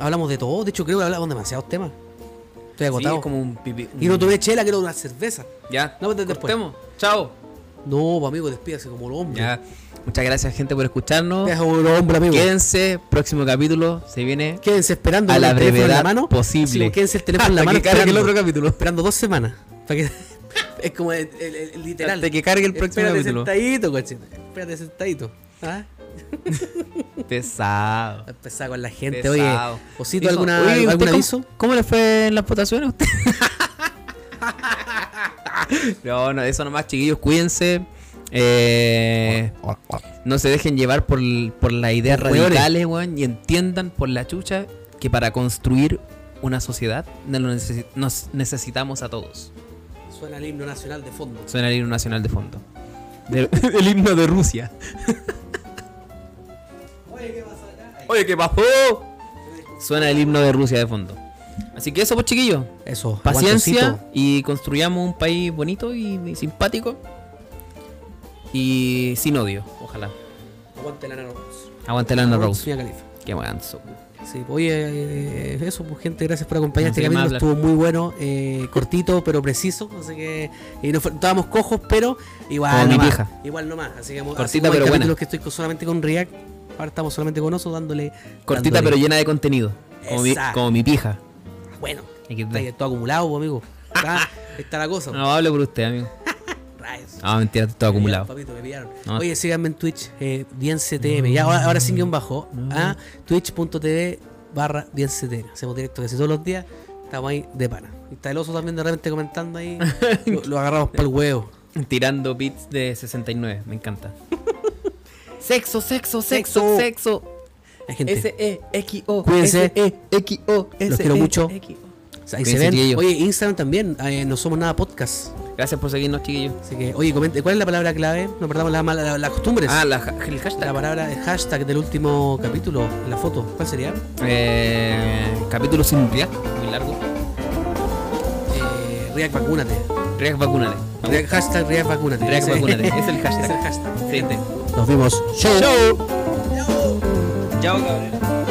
S2: Hablamos de todo. De hecho, creo que hablamos de demasiados temas. Estoy
S1: Sí,
S2: agotado.
S1: es como un pipi.
S2: Y no tomé chela, quiero una cerveza.
S1: Ya,
S2: No, después.
S1: cortemos. Chao.
S2: No, pues, amigo, despídase como el hombre.
S1: Ya. Muchas gracias, gente, por escucharnos.
S2: Despídase como el hombre, amigo.
S1: Quédense, próximo capítulo se viene.
S2: Quédense esperando
S1: A
S2: con
S1: la
S2: el teléfono en
S1: brevedad
S2: mano.
S1: posible.
S2: Sí, pues, quédense el teléfono en la
S1: Hasta
S2: mano.
S1: que cargue el
S2: esperando.
S1: otro capítulo.
S2: Esperando dos semanas. Para que- es como el, el- el- el literal.
S1: Hasta que cargue el próximo
S2: Espérate
S1: capítulo.
S2: sentadito, cochino. Espérate sentadito. ¿Ah?
S1: Pesado.
S2: Empezar con la gente.
S1: Pesado.
S2: Oye, Osito,
S1: Hijo,
S2: ¿alguna,
S1: oye, ¿usted
S2: ¿algún
S1: cómo-
S2: aviso?
S1: ¿cómo, le fue en las votaciones a usted? no, no, eso nomás, chiquillos, cuídense. Eh, no se dejen llevar por, l- por las ideas
S2: Por hueones.
S1: radicales, weón, y entiendan por la chucha que para construir una sociedad nos, lo necesi- nos necesitamos a todos.
S2: Suena el himno nacional de fondo.
S1: Suena el himno nacional de fondo. De- el himno de Rusia.
S2: Oye, ¿qué pasa acá?
S1: Oye, ¿qué pasó? Suena el himno de Rusia de fondo. Así que eso, pues chiquillos.
S2: Eso,
S1: paciencia
S2: aguantocito.
S1: y construyamos un país bonito y, y simpático y sin odio, ojalá.
S2: Aguante la Rose.
S1: Aguante Lana
S2: Aguante
S1: Rose.
S2: Sonia Califa.
S1: Qué manso.
S2: Sí, oye, eh, eso, pues gente, gracias por
S1: No
S2: acompañar
S1: sé
S2: este
S1: qué
S2: camino.
S1: más hablar.
S2: Estuvo muy bueno, eh, cortito, pero preciso. Así que y nos fue- estábamos cojos, pero igual
S1: Como mi
S2: nomás.
S1: vieja.
S2: Igual nomás. Así que
S1: Cortita,
S2: así como hay
S1: pero buena.
S2: capítulos que estoy con- solamente con React. Ahora estamos solamente con Oso dándole.
S1: Cortita pero
S2: dándole-
S1: llena de contenido. Como mi,
S2: Exacto.
S1: como mi pija.
S2: Bueno, está ahí
S1: XD.
S2: todo acumulado, pues, amigo. Está, ahí está la cosa. pues.
S1: No hablo por usted, amigo.
S2: Rayos.
S1: No, mentira, todo
S2: Me pillaron,
S1: acumulado.
S2: papito, me pillaron.
S1: No.
S2: Oye, síganme en Twitch, eh, DianCTM. Ya, ahora, ahora sin guión bajo. ah, Twitch.tv barra DianCTM. Hacemos directo casi todos los días. Estamos ahí de pana. Y está el oso también de repente comentando ahí. lo, lo agarramos para el huevo.
S1: Tirando beats de 69, me encanta. sexo, sexo,
S2: Sexo.
S1: sexo, sexo.
S2: Hay gente.
S1: S E X O.
S2: Cuídense.
S1: S E X O.
S2: Los quiero mucho. o sea, Ahí se
S1: Cuídense,
S2: ven.
S1: chiquillos.
S2: Oye, Instagram también. eh, no somos nada podcast.
S1: Gracias por seguirnos, chiquillos.
S2: Así que, oye, comente. ¿Cuál es la palabra clave? No perdamos las malas las costumbres.
S1: Ah, la, ha- el
S2: la
S1: hashtag.
S2: palabra el hashtag del último capítulo, la foto. ¿Cuál sería?
S1: Eh, capítulo sin React, muy largo.
S2: Eh, React vacúnate.
S1: React vacunale.
S2: React- hashtag React vacúnate.
S1: React
S2: Ese-
S1: vacúnate, es el
S2: Es el
S1: hashtag.
S2: hashtag.
S1: Sí, sí.
S2: Nos vimos. Chau.
S1: Chau.
S2: Chau. Chao, cabrón.